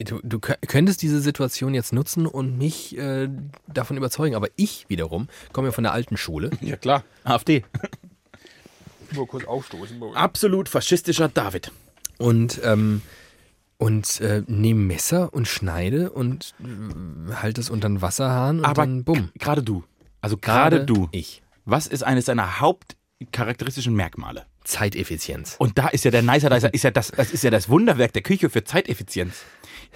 S2: Du, du kö- könntest diese Situation jetzt nutzen und mich äh, davon überzeugen. Aber ich wiederum komme ja von der alten Schule.
S1: Ja, klar. AfD.
S4: Nur kurz aufstoßen. Moment.
S1: Absolut faschistischer David.
S2: und ähm, und äh, nehme Messer und schneide und äh, halte es unter den Wasserhahn und
S1: Aber
S2: dann bumm.
S1: g- gerade du. Also gerade du.
S2: Ich.
S1: Was ist eines deiner hauptcharakteristischen Merkmale?
S2: Zeiteffizienz.
S1: Und da ist ja der Nicer Dicer,
S2: Mhm.
S1: ist ja das, das ist ja das Wunderwerk der Küche für Zeiteffizienz.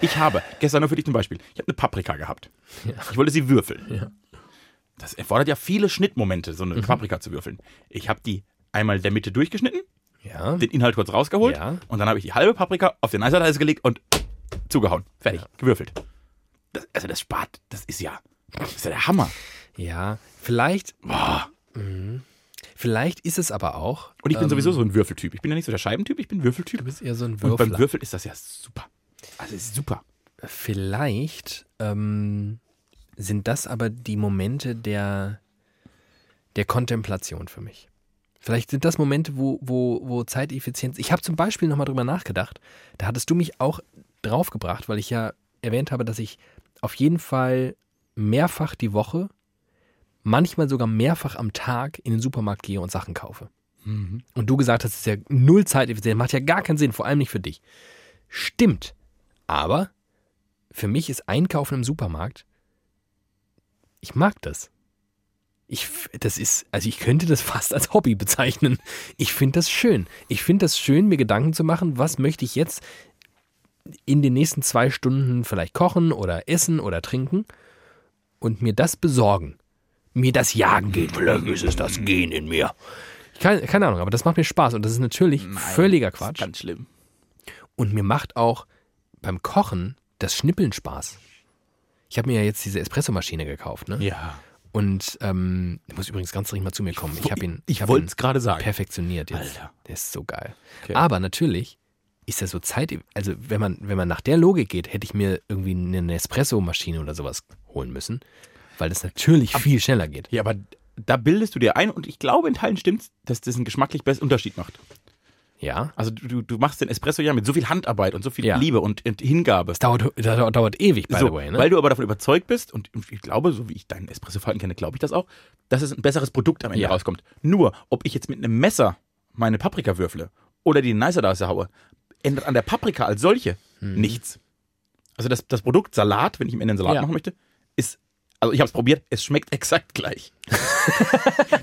S1: Ich habe, gestern nur für dich zum Beispiel, ich habe eine Paprika gehabt. Ich wollte sie würfeln. Das erfordert ja viele Schnittmomente, so eine
S2: Mhm.
S1: Paprika zu würfeln. Ich habe die einmal in der Mitte durchgeschnitten,
S2: Ja.
S1: den Inhalt kurz rausgeholt
S2: Ja.
S1: und dann habe ich die halbe Paprika auf den Nicer Dicer gelegt und zugehauen. Fertig, gewürfelt. Das, also das spart, das ist ja, das ist ja der Hammer.
S2: Ja. Vielleicht.
S1: Boah.
S2: Vielleicht ist es aber auch.
S1: Und ich bin
S2: ähm,
S1: sowieso so ein Würfeltyp. Ich bin ja nicht so der Scheibentyp, ich bin Würfeltyp.
S2: Du bist eher so ein
S1: Und
S2: Würfler.
S1: beim Würfeln ist das ja super. Also ist super.
S2: Vielleicht ähm, sind das aber die Momente der, der Kontemplation für mich. Vielleicht sind das Momente, wo, wo, wo Zeiteffizienz. Ich habe zum Beispiel nochmal drüber nachgedacht. Da hattest du mich auch draufgebracht, weil ich ja erwähnt habe, dass ich auf jeden Fall mehrfach die Woche, manchmal sogar mehrfach am Tag in den Supermarkt gehe und Sachen kaufe. Und du gesagt hast, es ist ja null zeiteffizient, macht ja gar keinen Sinn, vor allem nicht für dich. Stimmt. Aber für mich ist Einkaufen im Supermarkt, ich mag das. Ich, f- das ist, also ich könnte das fast als Hobby bezeichnen. Ich finde das schön. Ich finde das schön, mir Gedanken zu machen, was möchte ich jetzt in den nächsten zwei Stunden vielleicht kochen oder essen oder trinken und mir das besorgen. Mir das jagen geht. Vielleicht ist es das Gehen in mir. Keine, keine Ahnung, aber das macht mir Spaß und das ist natürlich völliger
S1: Das ist
S2: Quatsch.
S1: Ganz schlimm.
S2: Und mir macht auch beim Kochen das Schnippeln Spaß. Ich habe mir ja jetzt diese Espressomaschine gekauft, ne?
S1: Ja.
S2: Und ähm, der muss übrigens ganz dringend mal zu mir kommen. Ich habe ihn,
S1: Ich
S2: hab
S1: wollte
S2: ihn
S1: es gerade sagen.
S2: perfektioniert jetzt.
S1: Alter.
S2: Der ist so geil.
S1: Okay.
S2: Aber natürlich ist er so Zeit. Also wenn man, wenn man nach der Logik geht, hätte ich mir irgendwie eine Nespresso-Maschine oder sowas holen müssen, weil das natürlich viel schneller geht.
S1: Ja, aber da bildest du dir ein und ich glaube, in Teilen stimmt's, dass das einen geschmacklich besseren Unterschied macht.
S2: Ja.
S1: Also du, du- du machst den Espresso ja mit so viel Handarbeit und so viel
S2: Ja.
S1: Liebe und, und Hingabe.
S2: Das dauert, das dauert, dauert ewig, by the
S1: So,
S2: way, ne?
S1: Weil du aber davon überzeugt bist, und ich glaube, so wie ich deinen Espressoverhalten kenne, glaube ich das auch, dass es ein besseres Produkt am Ende
S2: Ja.
S1: rauskommt. Nur, ob ich jetzt mit einem Messer meine Paprika würfle oder die Nicer Dicer haue, ändert an der Paprika als solche
S2: Hm.
S1: nichts. Also das, das Produkt Salat, wenn ich im Ende einen Salat
S2: Ja.
S1: machen möchte, ist, also ich habe es probiert, es schmeckt exakt gleich.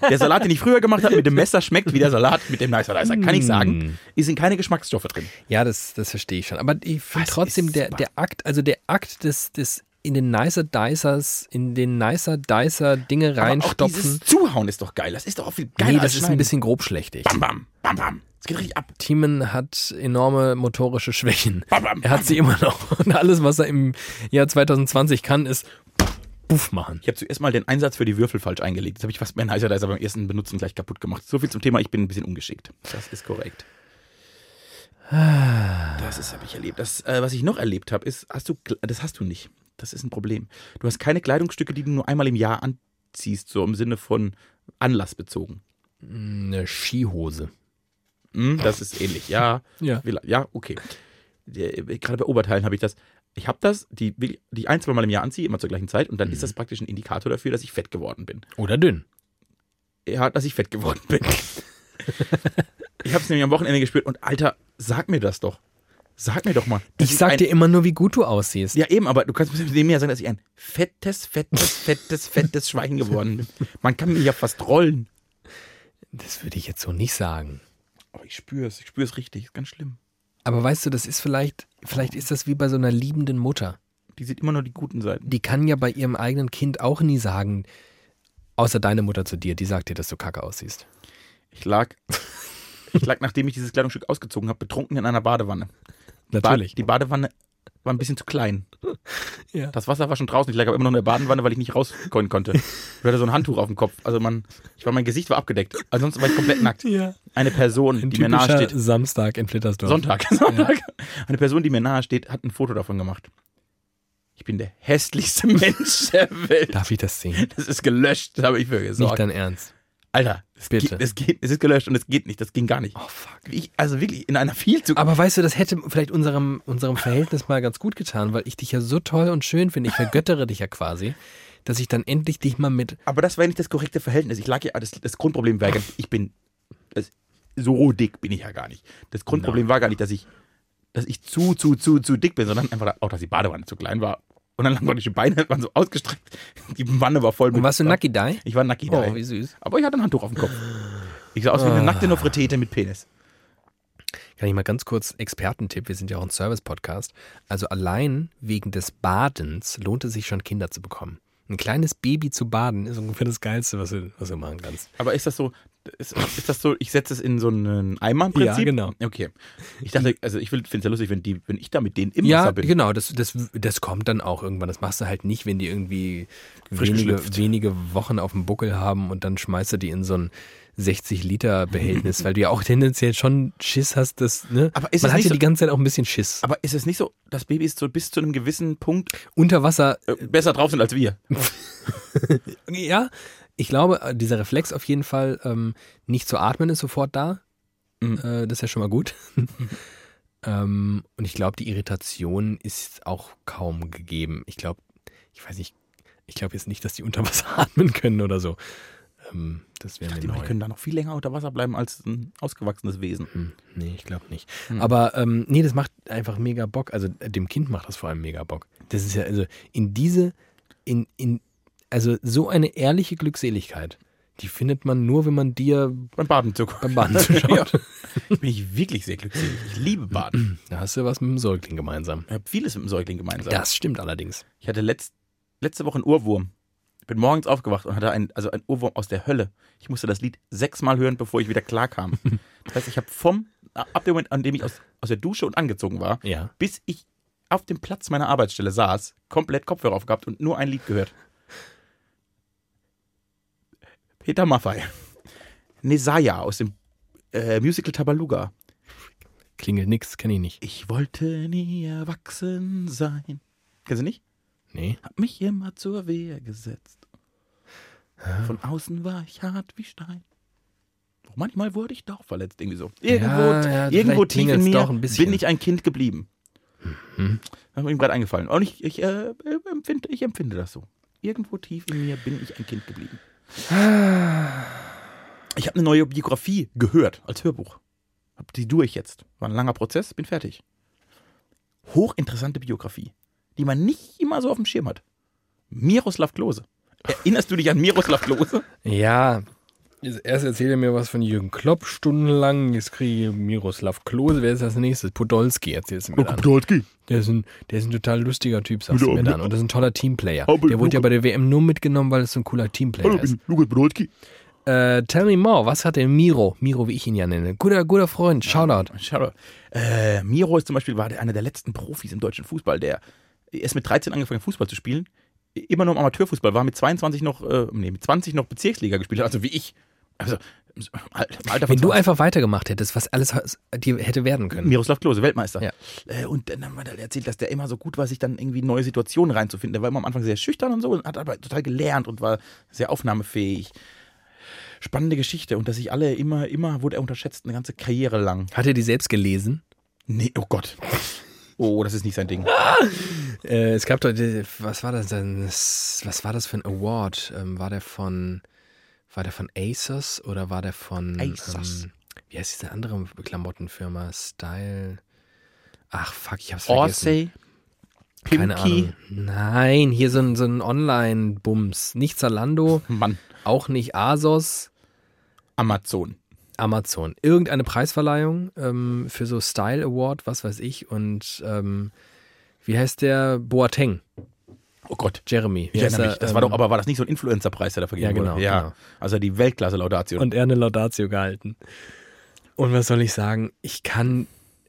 S1: der Salat, den ich früher gemacht habe, mit dem Messer schmeckt wie der Salat mit dem Nicer Dicer. Kann ich
S2: Hm.
S1: sagen, es sind keine Geschmacksstoffe drin.
S2: Ja, das, das verstehe ich schon. Aber ich finde
S1: Das
S2: trotzdem,
S1: ist
S2: der,
S1: super.
S2: der Akt, also der Akt des, des in den Nicer Dicers, in den Nicer Dicer Dinge
S1: Aber auch dieses also
S2: reinstopfen.
S1: Zuhauen ist doch geil. Das ist doch auch viel geiler
S2: Nee,
S1: als
S2: das ist ein
S1: Schneiden.
S2: bisschen grobschlächtig.
S1: Bam, bam, bam, bam. Es geht richtig ab.
S2: Thiemann hat enorme motorische Schwächen.
S1: Bam, bam,
S2: Er hat sie immer noch. Und alles, was er im Jahr 2020 kann, ist Buff machen.
S1: Ich habe zuerst mal den Einsatz für die Würfel falsch eingelegt. Das habe ich fast mehr nicer Dicer beim ersten Benutzen gleich kaputt gemacht. So viel zum Thema, ich bin ein bisschen ungeschickt. Das ist korrekt.
S2: Ah,
S1: Das ist habe ich erlebt. Das, äh, was ich noch erlebt habe, ist, hast du, Kle- das hast du nicht. Das ist ein Problem. Du hast keine Kleidungsstücke, die du nur einmal im Jahr anziehst, so im Sinne von anlassbezogen.
S2: Eine Skihose.
S1: Hm, das ist ähnlich, ja.
S2: Ja.
S1: Will- Ja, okay. Äh, Gerade bei Oberteilen habe ich das. Ich habe das, die, will- die ein, zwei Mal im Jahr anziehe, immer zur gleichen Zeit, und dann ist das praktisch ein Indikator dafür, dass ich fett geworden bin.
S2: Oder dünn.
S1: Ja, dass ich fett geworden bin. ich habe es nämlich am Wochenende gespürt und Alter, sag mir das doch. Sag mir doch mal. Das
S2: Ich
S1: ist
S2: sag
S1: ein,
S2: dir immer nur, wie gut du aussiehst.
S1: Ja, eben, aber du kannst mir ja sagen, dass ich ein fettes, fettes, fettes, fettes Schwein geworden bin. Man kann mich ja fast rollen.
S2: Das würde ich jetzt so nicht sagen.
S1: Oh, Aber ich spüre es, ich spüre es richtig, ist ganz schlimm.
S2: Aber weißt du, das ist vielleicht, vielleicht ist das wie bei so einer liebenden Mutter.
S1: Die sieht immer nur die guten Seiten.
S2: Die kann ja bei ihrem eigenen Kind auch nie sagen, außer deine Mutter zu dir, die sagt dir, dass du kacke aussiehst.
S1: Ich lag, ich lag, nachdem ich dieses Kleidungsstück ausgezogen habe, betrunken in einer Badewanne.
S2: Natürlich.
S1: Ba die Badewanne war ein bisschen zu klein.
S2: Ja.
S1: Das Wasser war schon draußen. Ich lag aber immer noch in der Badewanne, weil ich nicht rauskommen konnte. Ich hatte so ein Handtuch auf dem Kopf. Also man, ich war, mein Gesicht war abgedeckt. Ansonsten war ich komplett nackt.
S2: Ja.
S1: Eine Person,
S2: Ein
S1: die mir nahe
S2: typischer
S1: steht.
S2: Samstag in Flittersdorf.
S1: Sonntag. Sonntag. Eine Person, die mir nahe steht, hat ein Foto davon gemacht. Ich bin der hässlichste Mensch der Welt.
S2: Darf ich das sehen?
S1: Das ist gelöscht, da habe ich für
S2: Nicht
S1: gesorgt.
S2: dein Ernst.
S1: Alter, es
S2: Bitte.
S1: Geht, es geht, es ist gelöscht und es geht nicht, das ging gar nicht.
S2: Oh fuck.
S1: Ich, also wirklich, in einer viel zu.
S2: Aber weißt du, das hätte vielleicht unserem, unserem Verhältnis mal ganz gut getan, weil ich dich ja so toll und schön finde. Ich vergöttere dich ja quasi, dass ich dann endlich dich mal mit.
S1: Aber das war ja nicht das korrekte Verhältnis. Ich lag ja, das, das Grundproblem war ja, gar nicht- ich bin, das, so dick bin ich ja gar nicht. Das Grundproblem war gar nicht, dass ich, dass ich zu, zu, zu, zu dick bin, sondern einfach auch, dass die Badewanne zu klein war. Und dann langweilige Beine waren so ausgestreckt. Die Wanne war voll mit.
S2: Und warst du Nacki Dai?
S1: Ich war nackig.
S2: Oh, wie Ah. süß.
S1: Aber ich hatte ein Handtuch auf dem Kopf. Ich sah aus wie eine nackte Nofretete mit Penis.
S2: Kann ich mal ganz kurz Expertentipp, wir sind ja auch ein Service-Podcast. Also allein wegen des Badens lohnt es sich schon, Kinder zu bekommen. Ein kleines Baby zu baden ist ungefähr das Geilste, was du, was du machen kannst.
S1: Aber ist das so, ist, ist das so, ich setze es in so einen Eimer im
S2: Ja,
S1: Prinzip?
S2: genau.
S1: Okay. Ich dachte, also ich finde es ja lustig, wenn, die, wenn ich da mit denen im
S2: Ja,
S1: Wasser bin.
S2: genau, das, das, das kommt dann auch irgendwann. Das machst du halt nicht, wenn die irgendwie
S1: Frisch
S2: wenige,
S1: geschlüpft.
S2: wenige Wochen auf dem Buckel haben und dann schmeißt du die in so ein 60-Liter-Behältnis, weil du ja auch tendenziell schon Schiss hast, dass, ne?
S1: Aber ist
S2: Man
S1: es
S2: hat
S1: nicht
S2: ja
S1: so-
S2: die ganze Zeit auch ein bisschen Schiss.
S1: Aber ist es nicht so, dass Babys so bis zu einem gewissen Punkt
S2: Unter Wasser,
S1: äh, besser drauf sind als wir?
S2: ja, ich glaube, äh, dieser Reflex auf jeden Fall, ähm, nicht zu atmen ist sofort da.
S1: Mhm.
S2: Äh, das ist ja schon mal gut. ähm, und ich glaube, die Irritation ist auch kaum gegeben. Ich glaube, ich weiß nicht, ich glaube jetzt nicht, dass die unter Wasser atmen können oder so. Ähm, das wäre mir
S1: Die
S2: neu.
S1: können da noch viel länger unter Wasser bleiben als ein ausgewachsenes Wesen.
S2: Hm, nee, ich glaube nicht. Aber ähm, nee, das macht einfach mega Bock. Also äh, dem Kind macht das vor allem mega Bock. Das ist ja, also in diese, in, in, also so eine ehrliche Glückseligkeit, die findet man nur, wenn man dir
S1: Beim Baden zu gucken.
S2: beim Baden zuschaut.
S1: Bin ich wirklich sehr glückselig. Ich liebe Baden.
S2: Da hast du was mit dem Säugling gemeinsam.
S1: Ich habe vieles mit dem Säugling gemeinsam.
S2: Das stimmt allerdings.
S1: Ich hatte letzt, letzte Woche einen Ohrwurm. Ich bin morgens aufgewacht und hatte einen, also einen Ohrwurm aus der Hölle. Ich musste das Lied sechsmal hören, bevor ich wieder klarkam. Das heißt, ich habe vom, ab dem Moment, an dem ich aus, aus der Dusche und angezogen war,
S2: Ja.
S1: bis ich auf dem Platz meiner Arbeitsstelle saß, komplett Kopfhörer aufgehabt und nur ein Lied gehört. Peter Maffei. Nesaya aus dem äh, Musical Tabaluga.
S2: Klingelt nix, kenne ich nicht.
S1: Ich wollte nie erwachsen sein. Kennst du nicht?
S2: Nee.
S1: Hab mich immer zur Wehr gesetzt. Von außen war ich hart wie Stein. Doch manchmal wurde ich doch verletzt, irgendwie so. Irgendwo, irgendwo
S2: ja, vielleicht
S1: tief in
S2: klingelt's
S1: mir
S2: doch ein bisschen. Mhm.
S1: bin ich ein Kind geblieben. Das ist mir gerade eingefallen. Und ich, ich, äh, empfinde, ich empfinde das so. Irgendwo tief in mir bin ich ein Kind geblieben. Ich habe eine neue Biografie gehört als Hörbuch. Hab die durch jetzt. War ein langer Prozess, bin fertig. Hochinteressante Biografie, die man nicht immer so auf dem Schirm hat. Miroslav Klose. Erinnerst du dich an Miroslav Klose?
S2: Ja. Erst erzählt er mir was von Jürgen Klopp stundenlang. Jetzt kriege ich Miroslav Klose. Wer ist das nächste? Podolski erzählt es mir dann.
S1: Podolski.
S2: Der ist, ein, der ist ein total lustiger Typ, sagst du
S1: Hallo,
S2: mir dann. Und das ist ein toller Teamplayer. Der wurde ja bei der WM nur mitgenommen, weil es so ein cooler Teamplayer ist.
S1: Lukas Podolski.
S2: Äh, tell me more, was hat der Miro? Miro, wie ich ihn ja nenne. Guter, guter Freund, Shoutout.
S1: Schau. Äh, Miro ist zum Beispiel war der, einer der letzten Profis im deutschen Fußball, der erst mit 13 angefangen hat, Fußball zu spielen, immer nur im Amateurfußball war, mit 22 noch, äh, nee, mit 20 noch Bezirksliga gespielt hat, also wie ich. Also im Alter im Alter von
S2: Wenn du
S1: 20.
S2: einfach weitergemacht hättest, was alles aus dir hätte werden können.
S1: Miroslav Klose, Weltmeister.
S2: Ja.
S1: Äh, Und dann haben wir dann erzählt, dass der immer so gut war, sich dann irgendwie in neue Situationen reinzufinden. Der war immer am Anfang sehr schüchtern und so und hat aber total gelernt und war sehr aufnahmefähig. Spannende Geschichte und dass sich alle immer, immer wurde er unterschätzt, eine ganze Karriere lang.
S2: Hat er die selbst gelesen?
S1: Nee, oh Gott. Oh, das ist nicht sein Ding.
S2: Äh, es gab doch, die- was war das denn? Das- Was war das für ein Award? Ähm, war der von, war der von Asos oder war der von,
S1: Asos.
S2: Ähm, wie heißt diese andere Klamottenfirma? Style. Ach fuck, ich hab's vergessen.
S1: Orsay, Pimki,
S2: Keine Ahnung. Nein, hier so ein, so ein Online-Bums. Nicht Zalando,
S1: Mann,
S2: auch nicht Asos.
S1: Amazon.
S2: Amazon. Irgendeine Preisverleihung ähm, für so Style Award, was weiß ich. Und ähm, wie heißt der? Boateng,
S1: Oh Gott.
S2: Jeremy. Wie
S1: Ich
S2: heißt
S1: erinnere
S2: er?
S1: mich. Das war doch,
S2: Ähm,
S1: aber war das nicht so ein Influencer-Preis, der da vergeben
S2: Ja, genau,
S1: wurde? Ja,
S2: genau.
S1: Also die Weltklasse-Laudatio.
S2: und er eine Laudatio gehalten. Und was soll ich sagen? Ich kann.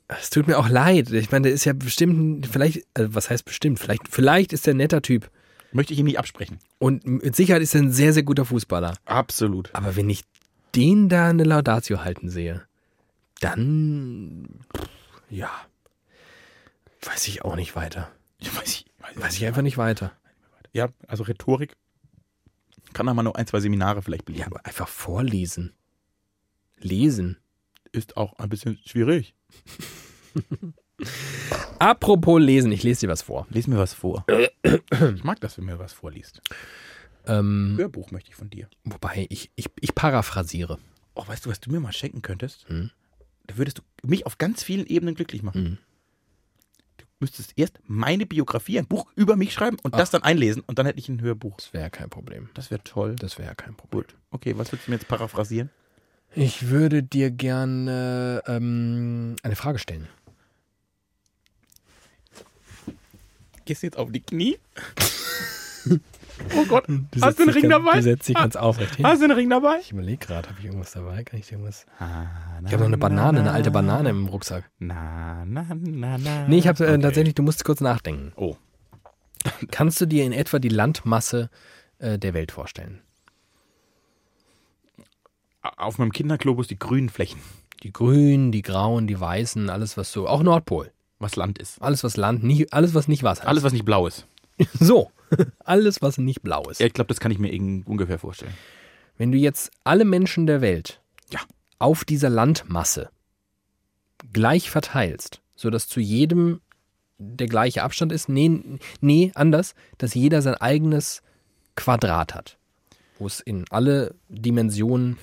S2: Es tut mir auch leid. Ich meine, der ist ja bestimmt, ein- vielleicht, also was heißt bestimmt? Vielleicht, vielleicht ist er ein netter Typ.
S1: Möchte ich ihm nicht absprechen.
S2: Und mit Sicherheit ist er ein sehr, sehr guter Fußballer.
S1: Absolut.
S2: Aber wenn ich den da eine Laudatio halten sehe, dann. pff, Ja. Weiß ich auch nicht weiter.
S1: Ich weiß, ich, weiß,
S2: Weiß ich einfach nicht weiter.
S1: Ja, also Rhetorik kann da mal nur ein, zwei Seminare vielleicht belegen.
S2: Ja, aber einfach vorlesen. Lesen.
S1: Ist auch ein bisschen schwierig.
S2: Apropos lesen, ich lese dir was vor.
S1: Lies mir was vor. ich mag das, wenn mir was vorliest.
S2: Ähm,
S1: Hörbuch möchte ich von dir.
S2: Wobei, ich, ich, ich paraphrasiere.
S1: Oh, weißt du, was du mir mal schenken könntest?
S2: Hm?
S1: Da würdest du mich auf ganz vielen Ebenen glücklich machen.
S2: Hm.
S1: Du müsstest erst meine Biografie, ein Buch über mich schreiben und das dann einlesen und dann hätte ich ein Hörbuch.
S2: Das wäre kein Problem.
S1: Das wäre toll.
S2: Das wäre kein Problem.
S1: Gut. Okay, was würdest du mir jetzt paraphrasieren?
S2: Ich würde dir gerne ähm, eine Frage stellen.
S1: Gehst du jetzt auf die Knie? oh Gott. Hast du einen Ring dabei? Ah,
S2: Du setzt dich ganz aufrecht hin.
S1: Hast du einen Ring dabei?
S2: Ich überlege gerade, habe ich irgendwas dabei? Kann ich dir irgendwas?
S1: Ich
S2: Ich habe noch eine Banane, eine alte Banane im Rucksack.
S1: Na, na, na, na.
S2: Nee, ich habe äh, tatsächlich, du musst kurz nachdenken.
S1: Oh.
S2: Kannst du dir in etwa die Landmasse äh, der Welt vorstellen?
S1: Auf meinem Kinderglobus die grünen Flächen,
S2: Die Grünen, die Grauen, die Weißen, alles was so, auch Nordpol.
S1: was Land ist.
S2: Alles was Land, nicht, alles was nicht Wasser.
S1: Alles, was nicht blau ist.
S2: so, alles was nicht blau ist.
S1: Ja, ich glaube, das kann ich mir irgend- ungefähr vorstellen.
S2: Wenn du jetzt alle Menschen der Welt
S1: Ja.
S2: auf dieser Landmasse gleich verteilst, sodass zu jedem der gleiche Abstand ist, nee, nee, anders, dass jeder sein eigenes Quadrat hat, wo es in alle Dimensionen,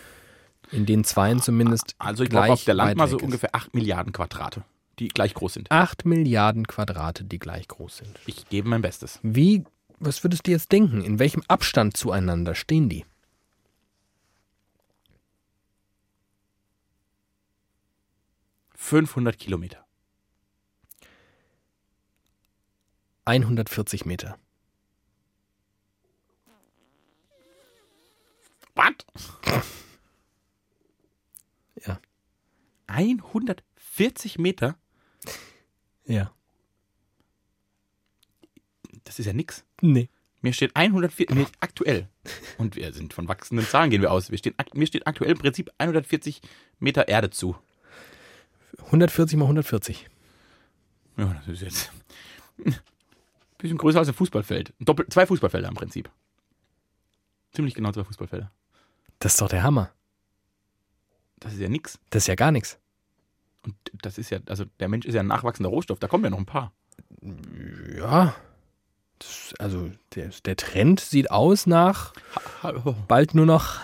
S2: in den Zweien zumindest,
S1: Also ich
S2: gleich
S1: glaube, auf der
S2: weit
S1: Landmasse
S2: weg ist.
S1: ungefähr 8 Milliarden Quadrate, die gleich groß sind.
S2: Acht Milliarden Quadrate, die gleich groß sind.
S1: Ich gebe mein Bestes.
S2: Wie, was würdest du jetzt denken? In welchem Abstand zueinander stehen die?
S1: Hm. 500 Kilometer.
S2: 140 Meter.
S1: Was?
S2: Ja.
S1: 140 Meter?
S2: Ja.
S1: Das ist ja nix.
S2: Nee.
S1: Mir steht 140, nee, aktuell. Und wir sind von wachsenden Zahlen, gehen wir aus. Wir stehen, ak- mir steht aktuell im Prinzip 140 Meter Erde zu.
S2: 140 mal 140.
S1: Ja, das ist jetzt ein bisschen größer als ein Fußballfeld. Doppel, zwei Fußballfelder im Prinzip. Ziemlich genau zwei Fußballfelder.
S2: Das ist doch der Hammer.
S1: Das ist ja nix.
S2: Das ist ja gar nichts.
S1: Und das ist ja, also der Mensch ist ja ein nachwachsender Rohstoff, da kommen ja noch ein paar.
S2: Ja. Das, also der, der Trend sieht aus nach bald nur noch.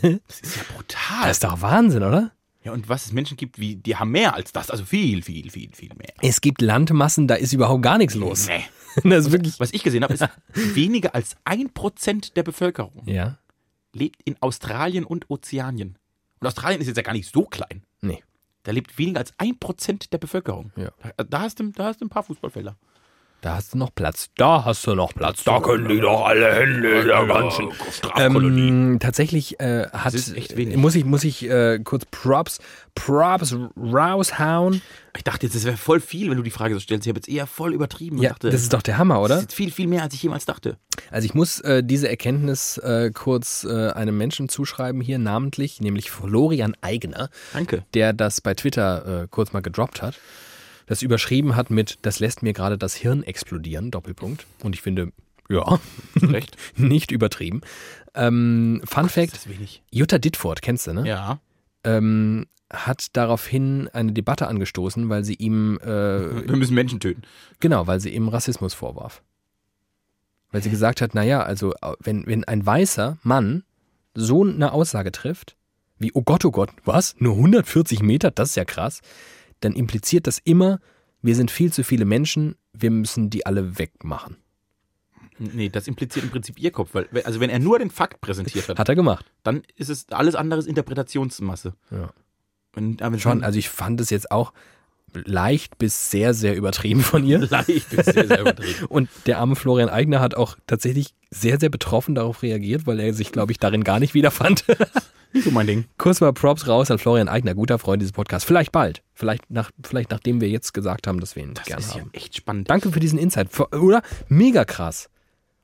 S1: Das ist ja brutal.
S2: Ah, Das ist doch Wahnsinn, oder?
S1: ja, und was es Menschen gibt, wie, die haben mehr als das. Also viel, viel, viel, viel mehr.
S2: Es gibt Landmassen, da ist überhaupt gar nichts los.
S1: Nee.
S2: Das ist wirklich.
S1: Was ich gesehen habe, ist, weniger als ein Prozent der Bevölkerung
S2: Ja.
S1: lebt in Australien und Ozeanien. Und Australien ist jetzt ja gar nicht so klein.
S2: Nee.
S1: Da lebt weniger als ein Prozent der Bevölkerung.
S2: Ja.
S1: Da, äh, da, hast du, da hast du ein paar Fußballfelder.
S2: Da hast du noch Platz. Da hast du noch Platz. Da können die doch alle hin. Der ganzen
S1: Strafkolonie.
S2: ähm, tatsächlich äh, hat
S1: Das ist echt wenig.
S2: muss ich muss ich äh, kurz Props Props raushauen.
S1: ich dachte jetzt, das wäre voll viel, wenn du die Frage so stellst. Ich habe jetzt eher voll übertrieben. und
S2: Ja,
S1: dachte,
S2: das ist doch der Hammer,
S1: das
S2: oder?
S1: ist jetzt viel, viel mehr, als ich jemals dachte.
S2: Also ich muss äh, diese Erkenntnis äh, kurz äh, einem Menschen zuschreiben hier namentlich, nämlich Florian Eigner,
S1: Danke.
S2: der das bei Twitter äh, kurz mal gedroppt hat. Das überschrieben hat mit, das lässt mir gerade das Hirn explodieren, Doppelpunkt. Und ich finde, ja,
S1: Recht.
S2: nicht übertrieben. Ähm, Fun
S1: Das
S2: Fact,
S1: ist wenig.
S2: Jutta Ditford, kennst du, ne?
S1: Ja.
S2: Ähm, hat daraufhin eine Debatte angestoßen, weil sie ihm, äh,
S1: Wir müssen Menschen töten.
S2: Genau, weil sie ihm Rassismus vorwarf. Weil sie gesagt hat, naja, also äh, wenn, wenn ein weißer Mann so eine Aussage trifft, wie, oh Gott, oh Gott, was? Nur 140 Meter? Das ist ja krass. Dann impliziert das immer, wir sind viel zu viele Menschen, wir müssen die alle wegmachen.
S1: Nee, das impliziert im Prinzip ihr Kopf, weil, also wenn er nur den Fakt präsentiert hat,
S2: Hat er gemacht.
S1: dann ist es alles anderes Interpretationsmasse.
S2: Ja.
S1: Wenn, aber
S2: Schon, also ich fand es jetzt auch leicht bis sehr, sehr übertrieben von ihr.
S1: leicht ist sehr, sehr übertrieben.
S2: Und der arme Florian Eigner hat auch tatsächlich sehr, sehr betroffen darauf reagiert, weil er sich, glaube ich, darin gar nicht wiederfand.
S1: Nicht so mein Ding.
S2: Kurz mal Props raus an Florian Eigner, guter Freund dieses Podcasts. Vielleicht bald. Vielleicht, nach, vielleicht nachdem wir jetzt gesagt haben, dass wir ihn
S1: Das
S2: gerne
S1: ist ja
S2: haben.
S1: echt spannend.
S2: Danke für diesen Insight. Für- Oder? Mega krass.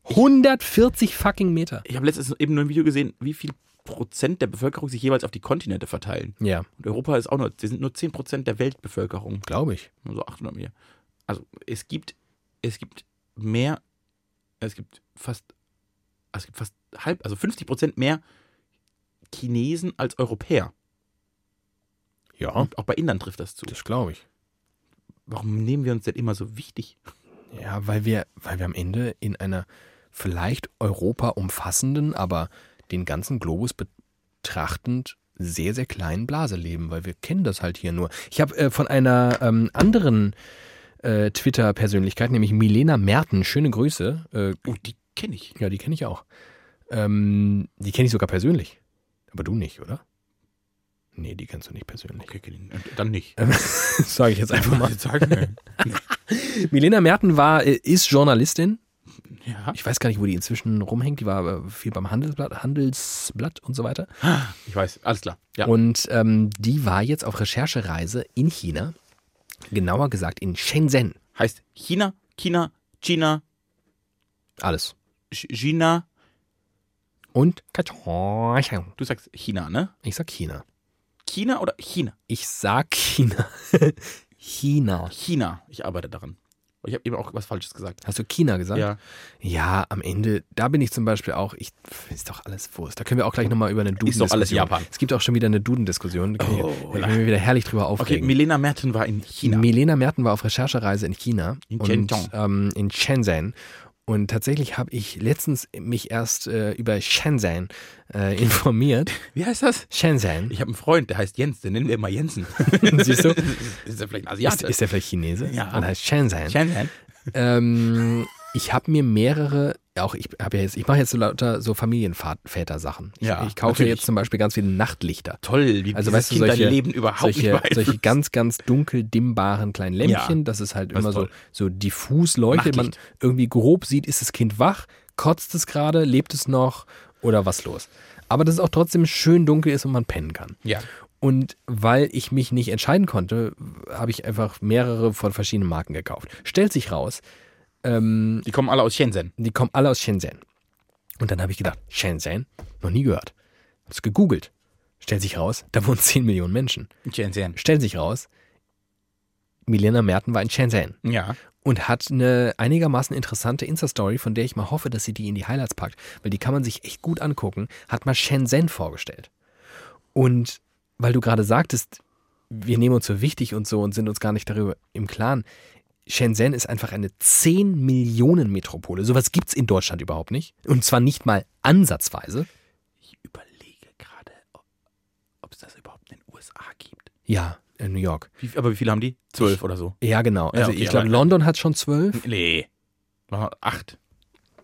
S2: 140 fucking Meter.
S1: Ich habe letztens eben nur ein Video gesehen, wie viel Prozent der Bevölkerung sich jeweils auf die Kontinente verteilen.
S2: Ja,
S1: Und Europa ist auch nur, wir sind nur 10 Prozent der Weltbevölkerung.
S2: glaube ich.
S1: Nur so 800 Millionen. Also es gibt, es gibt mehr, es gibt fast, es gibt fast halb, also 50 Prozent mehr Chinesen als Europäer.
S2: Ja,
S1: Und auch bei Indern trifft das zu.
S2: das glaube ich.
S1: Warum nehmen wir uns denn immer so wichtig?
S2: Ja, weil wir, weil wir am Ende in einer vielleicht Europa umfassenden, aber den ganzen Globus betrachtend sehr, sehr kleinen Blase leben, weil wir kennen das halt hier nur. Ich habe äh, von einer ähm, anderen äh, Twitter-Persönlichkeit, nämlich Milena Merten, schöne Grüße, äh,
S1: Oh, die kenne ich.
S2: ja, die kenne ich auch. Ähm, die kenne ich sogar persönlich. Aber du nicht, oder? Nee, die kennst du nicht persönlich.
S1: Okay, kenn ich. Und Dann nicht.
S2: Sage ich jetzt einfach mal.
S1: Sag mir.
S2: Milena Merten war, äh, ist Journalistin,
S1: Ja.
S2: Ich weiß gar nicht, wo die inzwischen rumhängt. Die war äh, viel beim Handelsblatt, Handelsblatt und so weiter.
S1: Ich weiß, alles klar. Ja.
S2: Und ähm, die war jetzt auf Recherchereise in China. Genauer gesagt in Shenzhen.
S1: heißt China, China, China,
S2: Alles.
S1: Ch- China.
S2: Und Kachorchen.
S1: Du sagst China, ne?
S2: Ich sag China.
S1: China oder China?
S2: Ich sag China. China.
S1: China. Ich arbeite daran. Ich habe eben auch was Falsches gesagt.
S2: Hast du China gesagt?
S1: Ja.
S2: Ja, am Ende, da bin ich zum Beispiel auch, ich, ist doch alles Wurst. Da können wir auch gleich nochmal über eine Duden-Diskussion.
S1: doch alles Japan.
S2: Es gibt auch schon wieder eine Duden-Diskussion. Da können
S1: Oh,
S2: wir, da
S1: ja.
S2: können wir wieder herrlich drüber aufregen.
S1: Okay, Milena Merten war in China.
S2: Milena Merten war auf Recherchereise in China
S1: In
S2: und
S1: Shenzhen.
S2: ähm, in Shenzhen. Und tatsächlich habe ich letztens mich erst äh, über Shenzhen äh, informiert.
S1: Wie heißt das?
S2: Shenzhen,
S1: Ich habe einen Freund, der heißt Jens, den nennen wir immer Jensen.
S2: siehst du?
S1: ist er vielleicht ein
S2: Ist,
S1: Asiate?
S2: ist der vielleicht Chinese?
S1: Ja.
S2: Und heißt Shenzhen.
S1: Shenzhen.
S2: Ähm, ich habe mir mehrere, auch ich habe ja jetzt, ich mache jetzt so lauter so Familienväter-Sachen. Ich,
S1: Ja,
S2: ich kaufe
S1: natürlich.
S2: jetzt zum Beispiel ganz viele Nachtlichter.
S1: Toll, wie
S2: Also
S1: dieses
S2: weißt du,
S1: Kind
S2: solche,
S1: dein Leben überhaupt
S2: solche,
S1: nicht beeinflusst.
S2: solche ganz, ganz dunkel dimmbaren kleinen Lämpchen, das ist halt
S1: Das
S2: immer
S1: ist
S2: so,
S1: toll.
S2: so diffus leuchtet. Man
S1: Nachtlicht.
S2: irgendwie grob sieht, ist das Kind wach, kotzt es gerade, lebt es noch oder was los. Aber dass es auch trotzdem schön dunkel ist und man pennen kann.
S1: ja.
S2: Und weil ich mich nicht entscheiden konnte, habe ich einfach mehrere von verschiedenen Marken gekauft. Stellt sich raus, ähm,
S1: Die kommen alle aus Shenzhen.
S2: die kommen alle aus Shenzhen. Und dann habe ich gedacht, Shenzhen? Noch nie gehört. Hab's gegoogelt. Stellt sich raus, da wohnen 10 Millionen Menschen
S1: Shenzhen.
S2: stellt sich raus, Milena Merten war in Shenzhen
S1: Ja.
S2: und hat eine einigermaßen interessante Insta-Story, von der ich mal hoffe, dass sie die in die Highlights packt, weil die kann man sich echt gut angucken, hat mal Shenzhen vorgestellt. Und weil du gerade sagtest, wir nehmen uns so wichtig und so und sind uns gar nicht darüber im Klaren, Shenzhen ist einfach eine 10-Millionen-Metropole. Sowas gibt es in Deutschland überhaupt nicht. Und zwar nicht mal ansatzweise.
S1: Ich überlege gerade, ob es das überhaupt in den USA gibt.
S2: Ja, in New York.
S1: Wie, aber wie viele haben die? Zwölf oder so.
S2: Ja, genau.
S1: Ja,
S2: Also
S1: okay,
S2: ich glaube,
S1: aber-
S2: London hat schon zwölf.
S1: Nee. Machen wir Acht.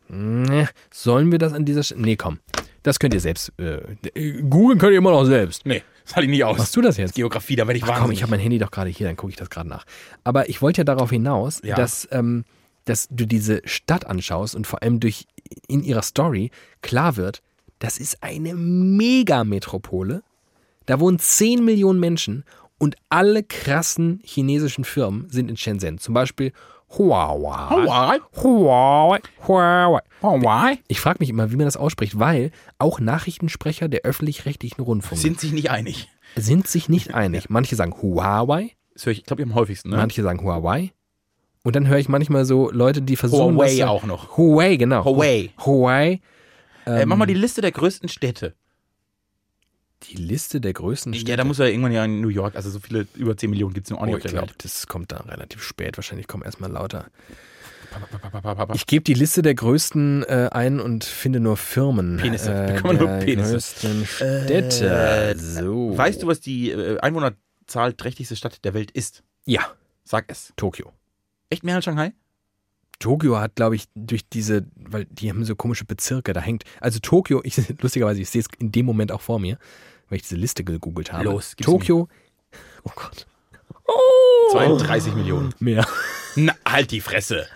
S2: Nee, Sollen wir das an dieser Stelle? Nee, komm. Das könnt ihr selbst. Äh, äh, googeln könnt ihr immer noch selbst.
S1: Nee, das halte ich nicht aus.
S2: Machst du das jetzt?
S1: Geografie, da werde ich
S2: Ach, komm, ich
S1: wahnsinnig.
S2: habe mein Handy doch gerade hier, dann gucke ich das gerade nach. Aber ich wollte ja darauf hinaus,
S1: Ja.
S2: dass, ähm, dass du diese Stadt anschaust und vor allem durch in ihrer Story klar wird, das ist eine Megametropole. Da wohnen 10 Millionen Menschen und alle krassen chinesischen Firmen sind in Shenzhen. Zum Beispiel Huawei.
S1: Hawaii.
S2: Huawei. Huawei.
S1: Hawaii.
S2: Ich frage mich immer, wie man das ausspricht, weil auch Nachrichtensprecher der öffentlich-rechtlichen Rundfunk
S1: Sind
S2: sind,
S1: sich nicht einig.
S2: sich nicht einig. Manche sagen Huawei,
S1: Das höre ich, glaube ich, am häufigsten. Ne?
S2: manche sagen Huawei. Und dann höre ich manchmal so Leute, die versuchen.
S1: Huawei
S2: das-
S1: auch noch.
S2: Huawei, genau.
S1: Hawaii.
S2: Huawei. Ähm,
S1: Äh, mach mal die Liste der größten Städte.
S2: Die Liste der größten
S1: Ja, da muss er irgendwann ja in New York, also so viele über 10 Millionen gibt es nur auch
S2: Oh,
S1: nicht
S2: ich
S1: auf der
S2: glaube,
S1: Welt.
S2: das kommt dann relativ spät. Wahrscheinlich kommen erstmal lauter.
S1: Pa, pa, pa, pa, pa, pa.
S2: Ich gebe die Liste der größten äh, ein und finde nur Firmen.
S1: Penisse.
S2: Äh,
S1: Wir kommen nur
S2: der
S1: Penisse. Äh,
S2: größten Städte. so.
S1: Weißt du, was die äh, einwohnerzahlträchtigste Stadt der Welt ist?
S2: Ja,
S1: Sag es.
S2: Tokio.
S1: Echt mehr als Shanghai?
S2: Tokio hat, glaube ich, durch diese, weil die haben so komische Bezirke, da hängt. Also Tokio, ich lustigerweise, ich sehe es in dem Moment auch vor mir, weil ich diese Liste gegoogelt habe.
S1: Los, gib's
S2: Tokio. Oh Gott.
S1: 32 Millionen.
S2: Mehr.
S1: Oh. Na, halt die Fresse.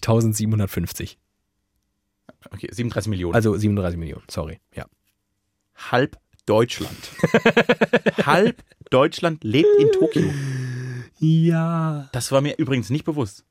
S2: 37.750.
S1: Okay, 37 Millionen.
S2: Also 37 Millionen, sorry. Ja.
S1: Also, halb Deutschland. halb Deutschland lebt in Tokio.
S2: Ja.
S1: Das war mir übrigens nicht bewusst.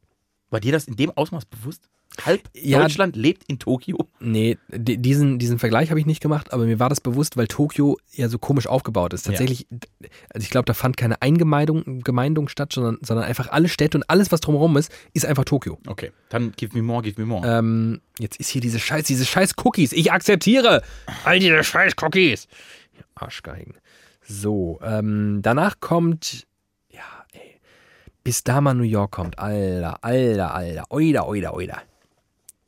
S1: War dir das in dem Ausmaß bewusst? Halb
S2: Ja.
S1: Deutschland lebt in Tokio.
S2: Nee, di- diesen, diesen Vergleich habe ich nicht gemacht, aber mir war das bewusst, weil Tokio ja so komisch aufgebaut ist. Tatsächlich, d- also ich glaube, da fand keine Eingemeindung Gemeindung statt, sondern, sondern einfach alle Städte und alles, was drumherum ist, ist einfach Tokio.
S1: Okay, dann give me more, give me more.
S2: Ähm, jetzt ist hier diese Scheiß, diese Scheiß Cookies. Ich akzeptiere all diese Scheiß Cookies. Arschgeigen. So, ähm, danach kommt, ja, ey, bis da mal New York kommt. Alter, alter, alter. Oida, oida, oida.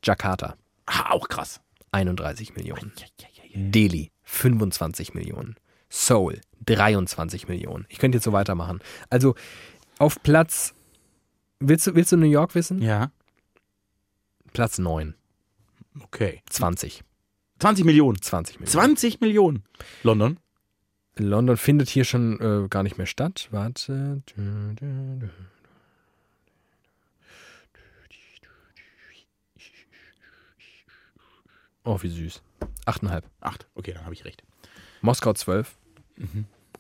S2: Jakarta,
S1: ah, auch krass.
S2: 31 Millionen. Delhi 25 Millionen. Seoul 23 Millionen. Ich könnte jetzt so weitermachen. Also auf Platz. Willst du, willst du New York wissen?
S1: Ja,
S2: Platz 9.
S1: okay.
S2: 20.
S1: 20 Millionen.
S2: 20 Millionen.
S1: 20 Millionen. London.
S2: London findet hier schon äh, gar nicht mehr statt. Warte. Dü, dü, dü. Oh, wie süß. 8,5.
S1: Acht. Okay, dann habe ich recht.
S2: Moskau 12.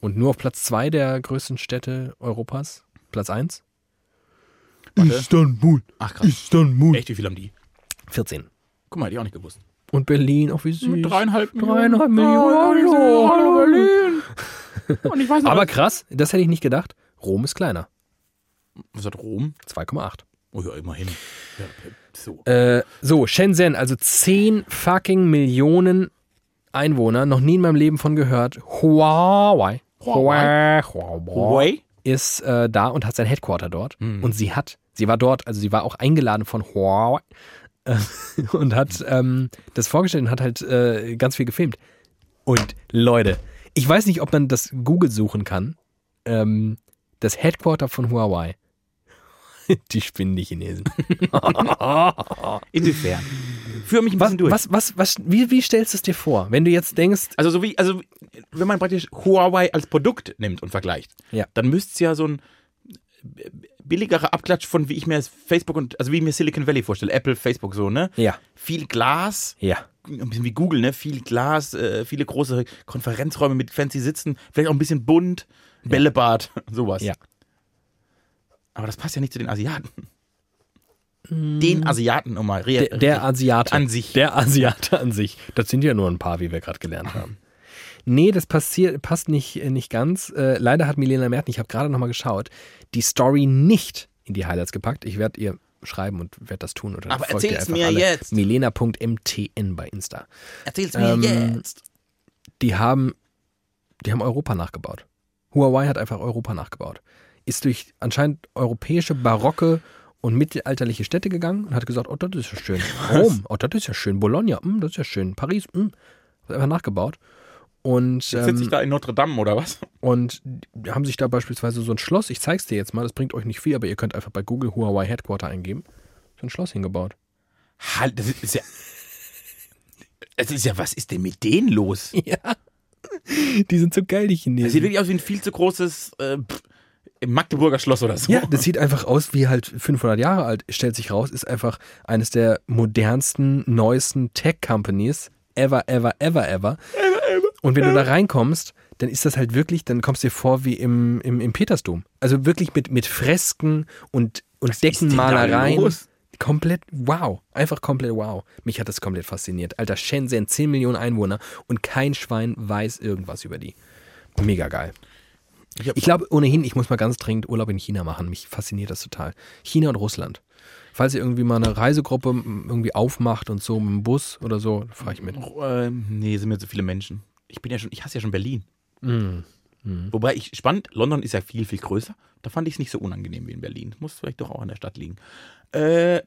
S2: Und nur auf Platz 2 der größten Städte Europas. Platz 1. Istanbul.
S1: Ach krass.
S2: Istanbul.
S1: Echt, wie viel haben die?
S2: 14.
S1: Guck mal, die auch nicht gewusst.
S2: Und Berlin, auch wie süß.
S1: Dreieinhalb
S2: Dreieinhalb Millionen.
S1: Hallo, hallo
S2: Hallo,
S1: Berlin. Und ich weiß noch,
S2: Aber krass, das hätte ich nicht gedacht. Rom ist kleiner.
S1: was hat Rom?
S2: 2,8.
S1: Oh ja, immerhin. Ja, so.
S2: Äh, so, Shenzhen, also 10 fucking Millionen Einwohner, noch nie in meinem Leben von gehört. Huawei.
S1: Huawei.
S2: Huawei
S1: Huawei?
S2: ist äh, da und hat sein Headquarter dort. Und sie hat, sie war dort, also sie war auch eingeladen von Huawei äh, und hat ähm, das vorgestellt und hat halt äh, ganz viel gefilmt. Und Leute, ich weiß nicht, ob man das Google suchen kann. Ähm, das Headquarter von Huawei. Die spinnen die Chinesen.
S1: Inwiefern? Führ mich ein
S2: Was,
S1: bisschen durch.
S2: was, was, was, wie, wie stellst du es dir vor, wenn du jetzt denkst,
S1: Also so wie, also wenn man praktisch Huawei als Produkt nimmt und vergleicht,
S2: Ja.
S1: dann müsste es ja so ein billigerer Abklatsch von wie ich mir das Facebook und also wie ich mir Silicon Valley vorstelle, Apple, Facebook so ne,
S2: Ja.
S1: viel Glas,
S2: ja,
S1: ein bisschen wie Google ne, viel Glas, äh, viele große Konferenzräume mit fancy Sitzen, vielleicht auch ein bisschen bunt, Bällebad, sowas.
S2: Ja.
S1: Aber das passt ja nicht zu den Asiaten. Den Asiaten, um mal rea-
S2: Mm. der, der Asiate
S1: an sich.
S2: Der Asiate an sich. Das sind ja nur ein paar, wie wir gerade gelernt haben. Nee, das passiert, passt nicht, äh, nicht ganz. Äh, leider hat Milena Merten, ich habe gerade nochmal geschaut, die Story nicht in die Highlights gepackt. Ich werde ihr schreiben und werde das tun. Oder
S1: Aber
S2: folgt ihr
S1: erzähl's
S2: einfach
S1: mir
S2: alle.
S1: jetzt.
S2: Milena.mtn bei Insta.
S1: Erzähl's mir
S2: Ähm,
S1: jetzt.
S2: die haben, die haben Europa nachgebaut. Huawei hat einfach Europa nachgebaut. Ist durch anscheinend europäische, barocke und mittelalterliche Städte gegangen und hat gesagt, oh, das ist ja schön. Rom, oh, das ist ja schön. Bologna, mm, das ist ja schön. Paris, mm. Hat einfach nachgebaut. Und,
S1: Jetzt sitze ich
S2: ähm,
S1: da in Notre Dame oder was?
S2: und die haben sich da beispielsweise so ein Schloss, ich zeig's dir jetzt mal, das bringt euch nicht viel, aber ihr könnt einfach bei Google Huawei Headquarter eingeben, so ein Schloss hingebaut.
S1: Halt, das ist ja. Es ist ja, was ist denn mit denen los?
S2: Ja. Die sind so geil, die
S1: Das sieht
S2: Chinesen.
S1: wirklich aus wie ein viel zu großes äh, pff, Magdeburger Schloss oder so.
S2: Ja, das sieht einfach aus wie halt 500 Jahre alt, stellt sich raus, ist einfach eines der modernsten, neuesten Tech-Companies ever, ever, ever, ever. Und wenn du da reinkommst, dann ist das halt wirklich, dann kommst du dir vor wie im, im, im Petersdom. Also wirklich mit, mit Fresken und,
S1: denn
S2: und
S1: da
S2: Deckenmalereien.
S1: los?
S2: Komplett wow. Einfach komplett wow. Mich hat das komplett fasziniert. Alter, Shenzhen, 10 Millionen Einwohner und kein Schwein weiß irgendwas über die. Mega geil.
S1: Ich hab-
S2: Ich glaube ohnehin, ich muss mal ganz dringend Urlaub in China machen. Mich fasziniert das total. China und Russland. Falls ihr irgendwie mal eine Reisegruppe m, irgendwie aufmacht und so mit dem Bus oder so, fahre ich mit.
S1: Oh, ähm, nee, sind mir so viele Menschen. Ich bin ja schon, ich hasse ja schon Berlin.
S2: Mhm.
S1: Wobei ich spannend, London ist ja viel, viel größer. Da fand ich es nicht so unangenehm wie in Berlin. Muss vielleicht doch auch an der Stadt liegen. Äh, äh,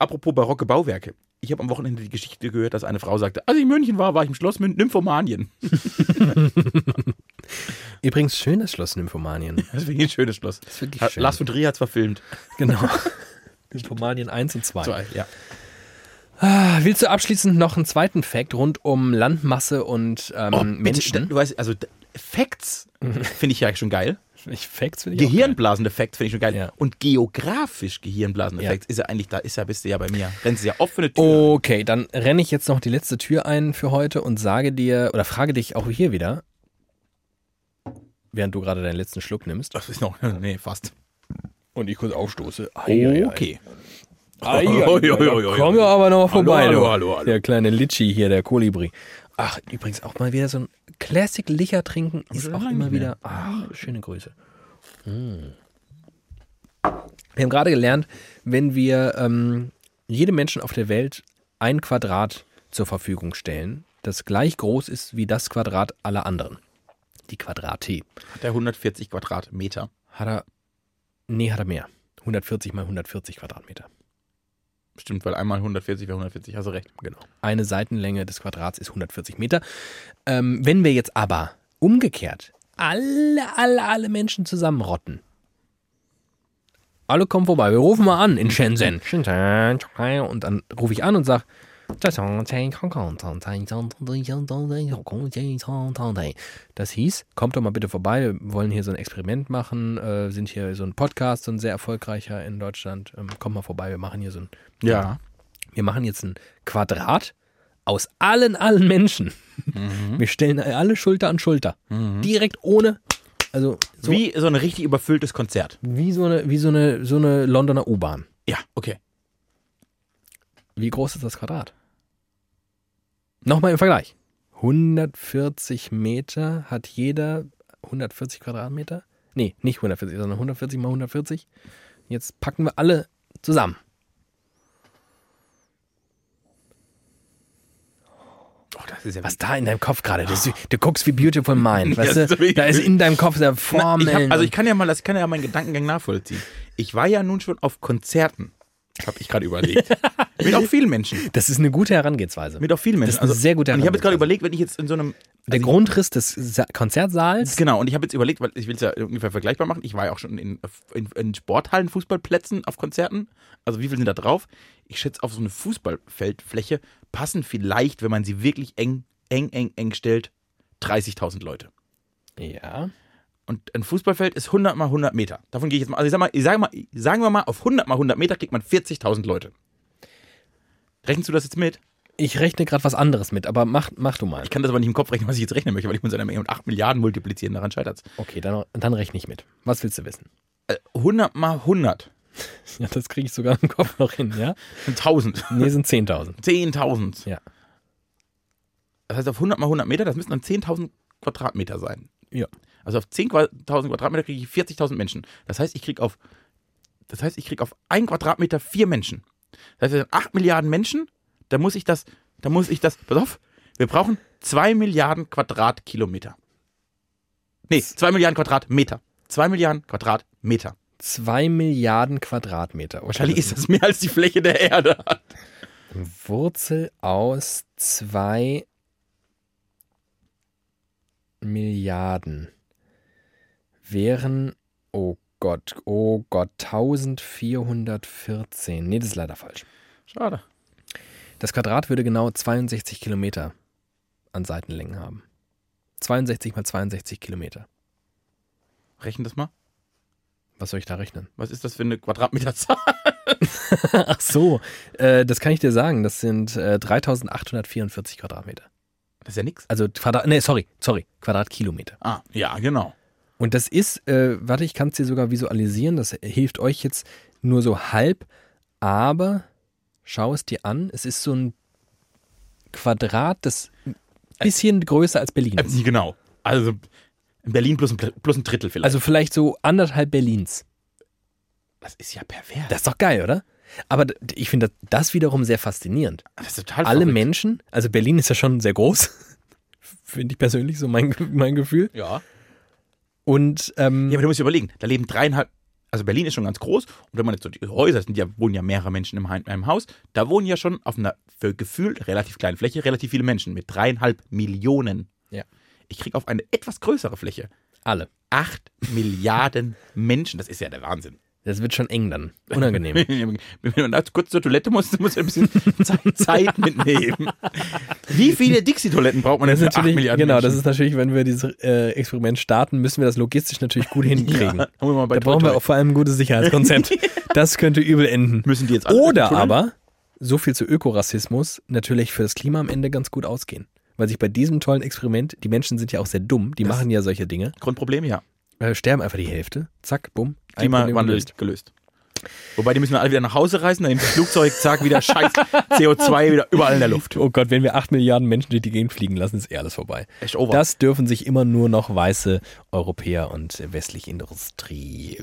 S1: apropos barocke Bauwerke. Ich habe am Wochenende die Geschichte gehört, dass eine Frau sagte, als ich in München war, war ich im Schloss mit Nymphomanien.
S2: Übrigens, schönes Schloss Nymphomanien.
S1: Das ist wirklich ein schönes Schloss.
S2: ist wirklich
S1: Hat
S2: schön.
S1: Lars von Trier hat es verfilmt.
S2: Genau. Pomanien 1 und 2.
S1: Zwei, ja.
S2: Ah, Willst du abschließend noch einen zweiten Fact rund um Landmasse und ähm,
S1: Oh, Bitte,
S2: Menschen? Mhm.
S1: du weißt, also d- Facts finde ich ja schon geil.
S2: Ich, Facts finde ich auch geil.
S1: Gehirnblasende Facts finde ich schon geil.
S2: Ja.
S1: Und geografisch gehirnblasende
S2: Ja. Oh.
S1: Facts ist ja eigentlich da, ist ja, bist du ja bei mir. Rennst du ja offene Tür.
S2: Okay, dann renne ich jetzt noch die letzte Tür ein für heute und sage dir oder frage dich auch hier wieder, während du gerade deinen letzten Schluck nimmst
S1: Das ist noch, nee, fast.
S2: und ich kurz aufstoße.
S1: Okay. Ei, ei, ei, ei, ei,
S2: Komm
S1: ei.
S2: ja aber noch mal
S1: Hallo,
S2: vorbei,
S1: hallo,
S2: du.
S1: hallo, hallo.
S2: Der kleine Litschi hier, der Kolibri. Ach, übrigens auch mal wieder so ein Classic Licher trinken ist
S1: schon
S2: auch
S1: lange
S2: immer
S1: nicht
S2: wieder. Ach, schöne Grüße. Mm. Wir haben gerade gelernt, wenn wir ähm, jedem Menschen auf der Welt ein Quadrat zur Verfügung stellen, das gleich groß ist wie das Quadrat aller anderen. Die Quadrat-T.
S1: Hat er 140 Quadratmeter.
S2: Hat er. Nee, hat er mehr. 140 mal 140 Quadratmeter.
S1: Stimmt, weil einmal 140 wäre 140. Hast du recht. Genau.
S2: Eine Seitenlänge des Quadrats ist 140 Meter. Ähm, wenn wir jetzt aber umgekehrt alle, alle, alle Menschen zusammenrotten, alle kommen vorbei, wir rufen mal an in Shenzhen. Shenzhen, Shanghai. Und dann rufe ich an und sage, das hieß, kommt doch mal bitte vorbei, wir wollen hier so ein Experiment machen, äh, sind hier so ein Podcast, so ein sehr erfolgreicher in Deutschland. Ähm, kommt mal vorbei, wir machen hier so ein
S1: Ja.
S2: wir machen jetzt ein Quadrat aus allen, allen Menschen.
S1: Mhm.
S2: Wir stellen alle Schulter an Schulter. Direkt ohne, also so, wie?
S1: Wie so ein richtig überfülltes Konzert.
S2: so eine, wie so eine, so eine Londoner U-Bahn.
S1: Ja, okay.
S2: Wie groß ist das Quadrat? Nochmal im Vergleich. 140 Meter hat jeder 140 Quadratmeter? Nee, nicht 140, sondern 140 mal 140. Jetzt packen wir alle zusammen.
S1: Oh, das ist ja
S2: Was da in deinem Kopf gerade? das ist- Du guckst wie Beautiful Mind. Weißt
S1: Ah. Ja,
S2: du?
S1: so wie-
S2: Da ist in deinem Kopf der
S1: Na,
S2: Formeln.
S1: ich hab, also ich
S2: und-
S1: kann ja mal, das kann ja meinen Gedankengang nachvollziehen. Ich war ja nun schon auf Konzerten, habe ich gerade überlegt. mit auch vielen Menschen.
S2: das ist eine gute Herangehensweise.
S1: Mit auch vielen Menschen. Also,
S2: Das ist eine sehr gute
S1: und ich habe jetzt gerade überlegt,
S2: Herangehensweise.
S1: wenn ich jetzt in so einem
S2: der Grundriss des Sa Konzertsaals.
S1: Genau, und ich habe jetzt überlegt, weil ich will es ja ungefähr vergleichbar machen. Ich war ja auch schon in, in, in Sporthallen, Fußballplätzen auf Konzerten. Also wie viel sind da drauf? Ich schätze, auf so eine Fußballfeldfläche passen vielleicht, wenn man sie wirklich eng, eng, eng, eng stellt, 30.000 Leute.
S2: Ja.
S1: Und ein Fußballfeld ist 100 mal 100 Meter. Davon gehe ich jetzt mal. Also ich sag mal, ich sag mal, sagen wir mal, auf 100 mal 100 Meter kriegt man 40.000 Leute. Rechnest du das jetzt mit?
S2: Ich rechne gerade was anderes mit, aber mach, mach du mal.
S1: Ich kann das aber nicht im Kopf rechnen, was ich jetzt rechnen möchte, weil ich muss ja mit 8 Milliarden multiplizieren, daran scheitert's.
S2: Okay, dann, dann rechne ich mit. Was willst du wissen?
S1: Äh, 100 mal 100.
S2: Ja, das kriege ich sogar im Kopf noch hin, ja?
S1: 1000.
S2: Nee, sind 10.000.
S1: 10.000.
S2: Ja.
S1: Das heißt, auf 100 mal 100 Meter, das müssen dann 10.000 Quadratmeter sein.
S2: Ja.
S1: Also auf 10.000 Quadratmeter kriege ich 40.000 Menschen. Das heißt, ich kriege auf, das heißt, ich kriege auf ein Quadratmeter vier Menschen. Das heißt, wir sind 8 Milliarden Menschen, da muss ich das, da muss ich das, pass auf, wir brauchen 2 Milliarden Quadratkilometer. Nee, 2 Milliarden Quadratmeter. 2 Milliarden Quadratmeter.
S2: 2 Milliarden Quadratmeter. Oh,
S1: Wahrscheinlich ist das mehr als die Fläche der Erde hat.
S2: Wurzel aus 2 Milliarden wären, oh Gott, oh Gott, 1414. Nee, das ist leider falsch.
S1: Schade.
S2: Das Quadrat würde genau 62 Kilometer an Seitenlängen haben. 62 mal 62 Kilometer.
S1: Rechnen das mal.
S2: Was soll ich da rechnen?
S1: Was ist das für eine Quadratmeterzahl?
S2: Ach so, äh, das kann ich dir sagen. Das sind äh, 3844 Quadratmeter.
S1: Das ist ja nix.
S2: Also Quadrat, nee, sorry, sorry, Quadratkilometer.
S1: Ah, ja, genau.
S2: Und das ist, äh, warte, ich kann es dir sogar visualisieren, das hilft euch jetzt nur so halb, aber schau es dir an, es ist so ein Quadrat, das ein bisschen größer als Berlin
S1: Äh,
S2: ist.
S1: genau. Also in Berlin plus ein, plus ein Drittel vielleicht.
S2: Also vielleicht so anderthalb Berlins.
S1: das ist ja pervers.
S2: Das ist doch geil, oder? Aber d- ich finde das, das wiederum sehr faszinierend.
S1: Das ist total
S2: Alle
S1: verrückt.
S2: Menschen, also Berlin ist ja schon sehr groß, finde ich persönlich so mein, mein Gefühl.
S1: Ja.
S2: Und ähm,
S1: Ja, aber du musst dir überlegen, da leben dreieinhalb. Also Berlin ist schon ganz groß und wenn man jetzt so die Häuser, sind ja, wohnen ja mehrere Menschen im Heim- in einem Haus, da wohnen ja schon auf einer für gefühlt relativ kleinen Fläche relativ viele Menschen mit dreieinhalb Millionen.
S2: Ja.
S1: Ich kriege auf eine etwas größere Fläche
S2: alle.
S1: acht Milliarden Menschen. Das ist ja der Wahnsinn.
S2: Das wird schon eng dann. Unangenehm.
S1: Wenn man da kurz zur Toilette muss, muss man ein bisschen Zeit- Zeit mitnehmen. Wie viele Dixie-Toiletten braucht man
S2: Das
S1: denn
S2: ist
S1: für 8
S2: natürlich,
S1: Milliarden
S2: genau, das
S1: Menschen?
S2: ist natürlich, wenn wir dieses äh, Experiment starten, müssen wir das logistisch natürlich gut hinkriegen.
S1: Ja, holen wir mal bei
S2: da brauchen
S1: Toi
S2: wir
S1: Toi.
S2: auch vor allem ein gutes Sicherheitskonzept. das könnte übel enden.
S1: Müssen die jetzt alle
S2: Oder
S1: Tunnel?
S2: aber, so viel zu Ökorassismus, natürlich für das Klima am Ende ganz gut ausgehen. Weil sich bei diesem tollen Experiment, die Menschen sind ja auch sehr dumm, die machen ja solche Dinge,
S1: Grundproblem, ja.
S2: äh, sterben einfach die Hälfte. Zack, bumm. ein Problem
S1: Klimawandel
S2: gelöst.
S1: gelöst. gelöst. Wobei, die müssen alle wieder nach Hause reisen, dann im Flugzeug, zack, wieder scheiß CO2, wieder überall in der Luft.
S2: Oh Gott, wenn wir 8 Milliarden Menschen durch die Gegend fliegen lassen, ist eh alles vorbei.
S1: Echt over.
S2: Das dürfen sich immer nur noch weiße Europäer und westliche Industrie.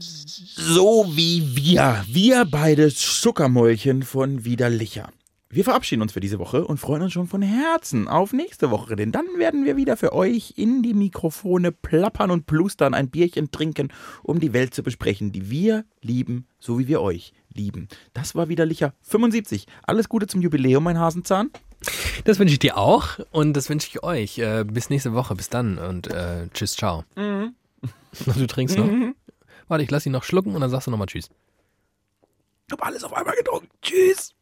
S1: So wie wir. Wir beide Zuckermäulchen von Widerlicher. Wir verabschieden uns für diese Woche und freuen uns schon von Herzen auf nächste Woche, denn dann werden wir wieder für euch in die Mikrofone plappern und plustern, ein Bierchen trinken, um die Welt zu besprechen, die wir lieben, so wie wir euch lieben. Das war Widerlicher 75. Alles Gute zum Jubiläum, mein Hasenzahn.
S2: Das wünsche ich dir auch und das wünsche ich euch. Äh, bis nächste Woche. Bis dann und äh, tschüss, ciao. Du trinkst noch? Warte, ich lass ihn noch schlucken und dann sagst du nochmal Tschüss.
S1: Ich hab alles auf einmal getrunken. Tschüss.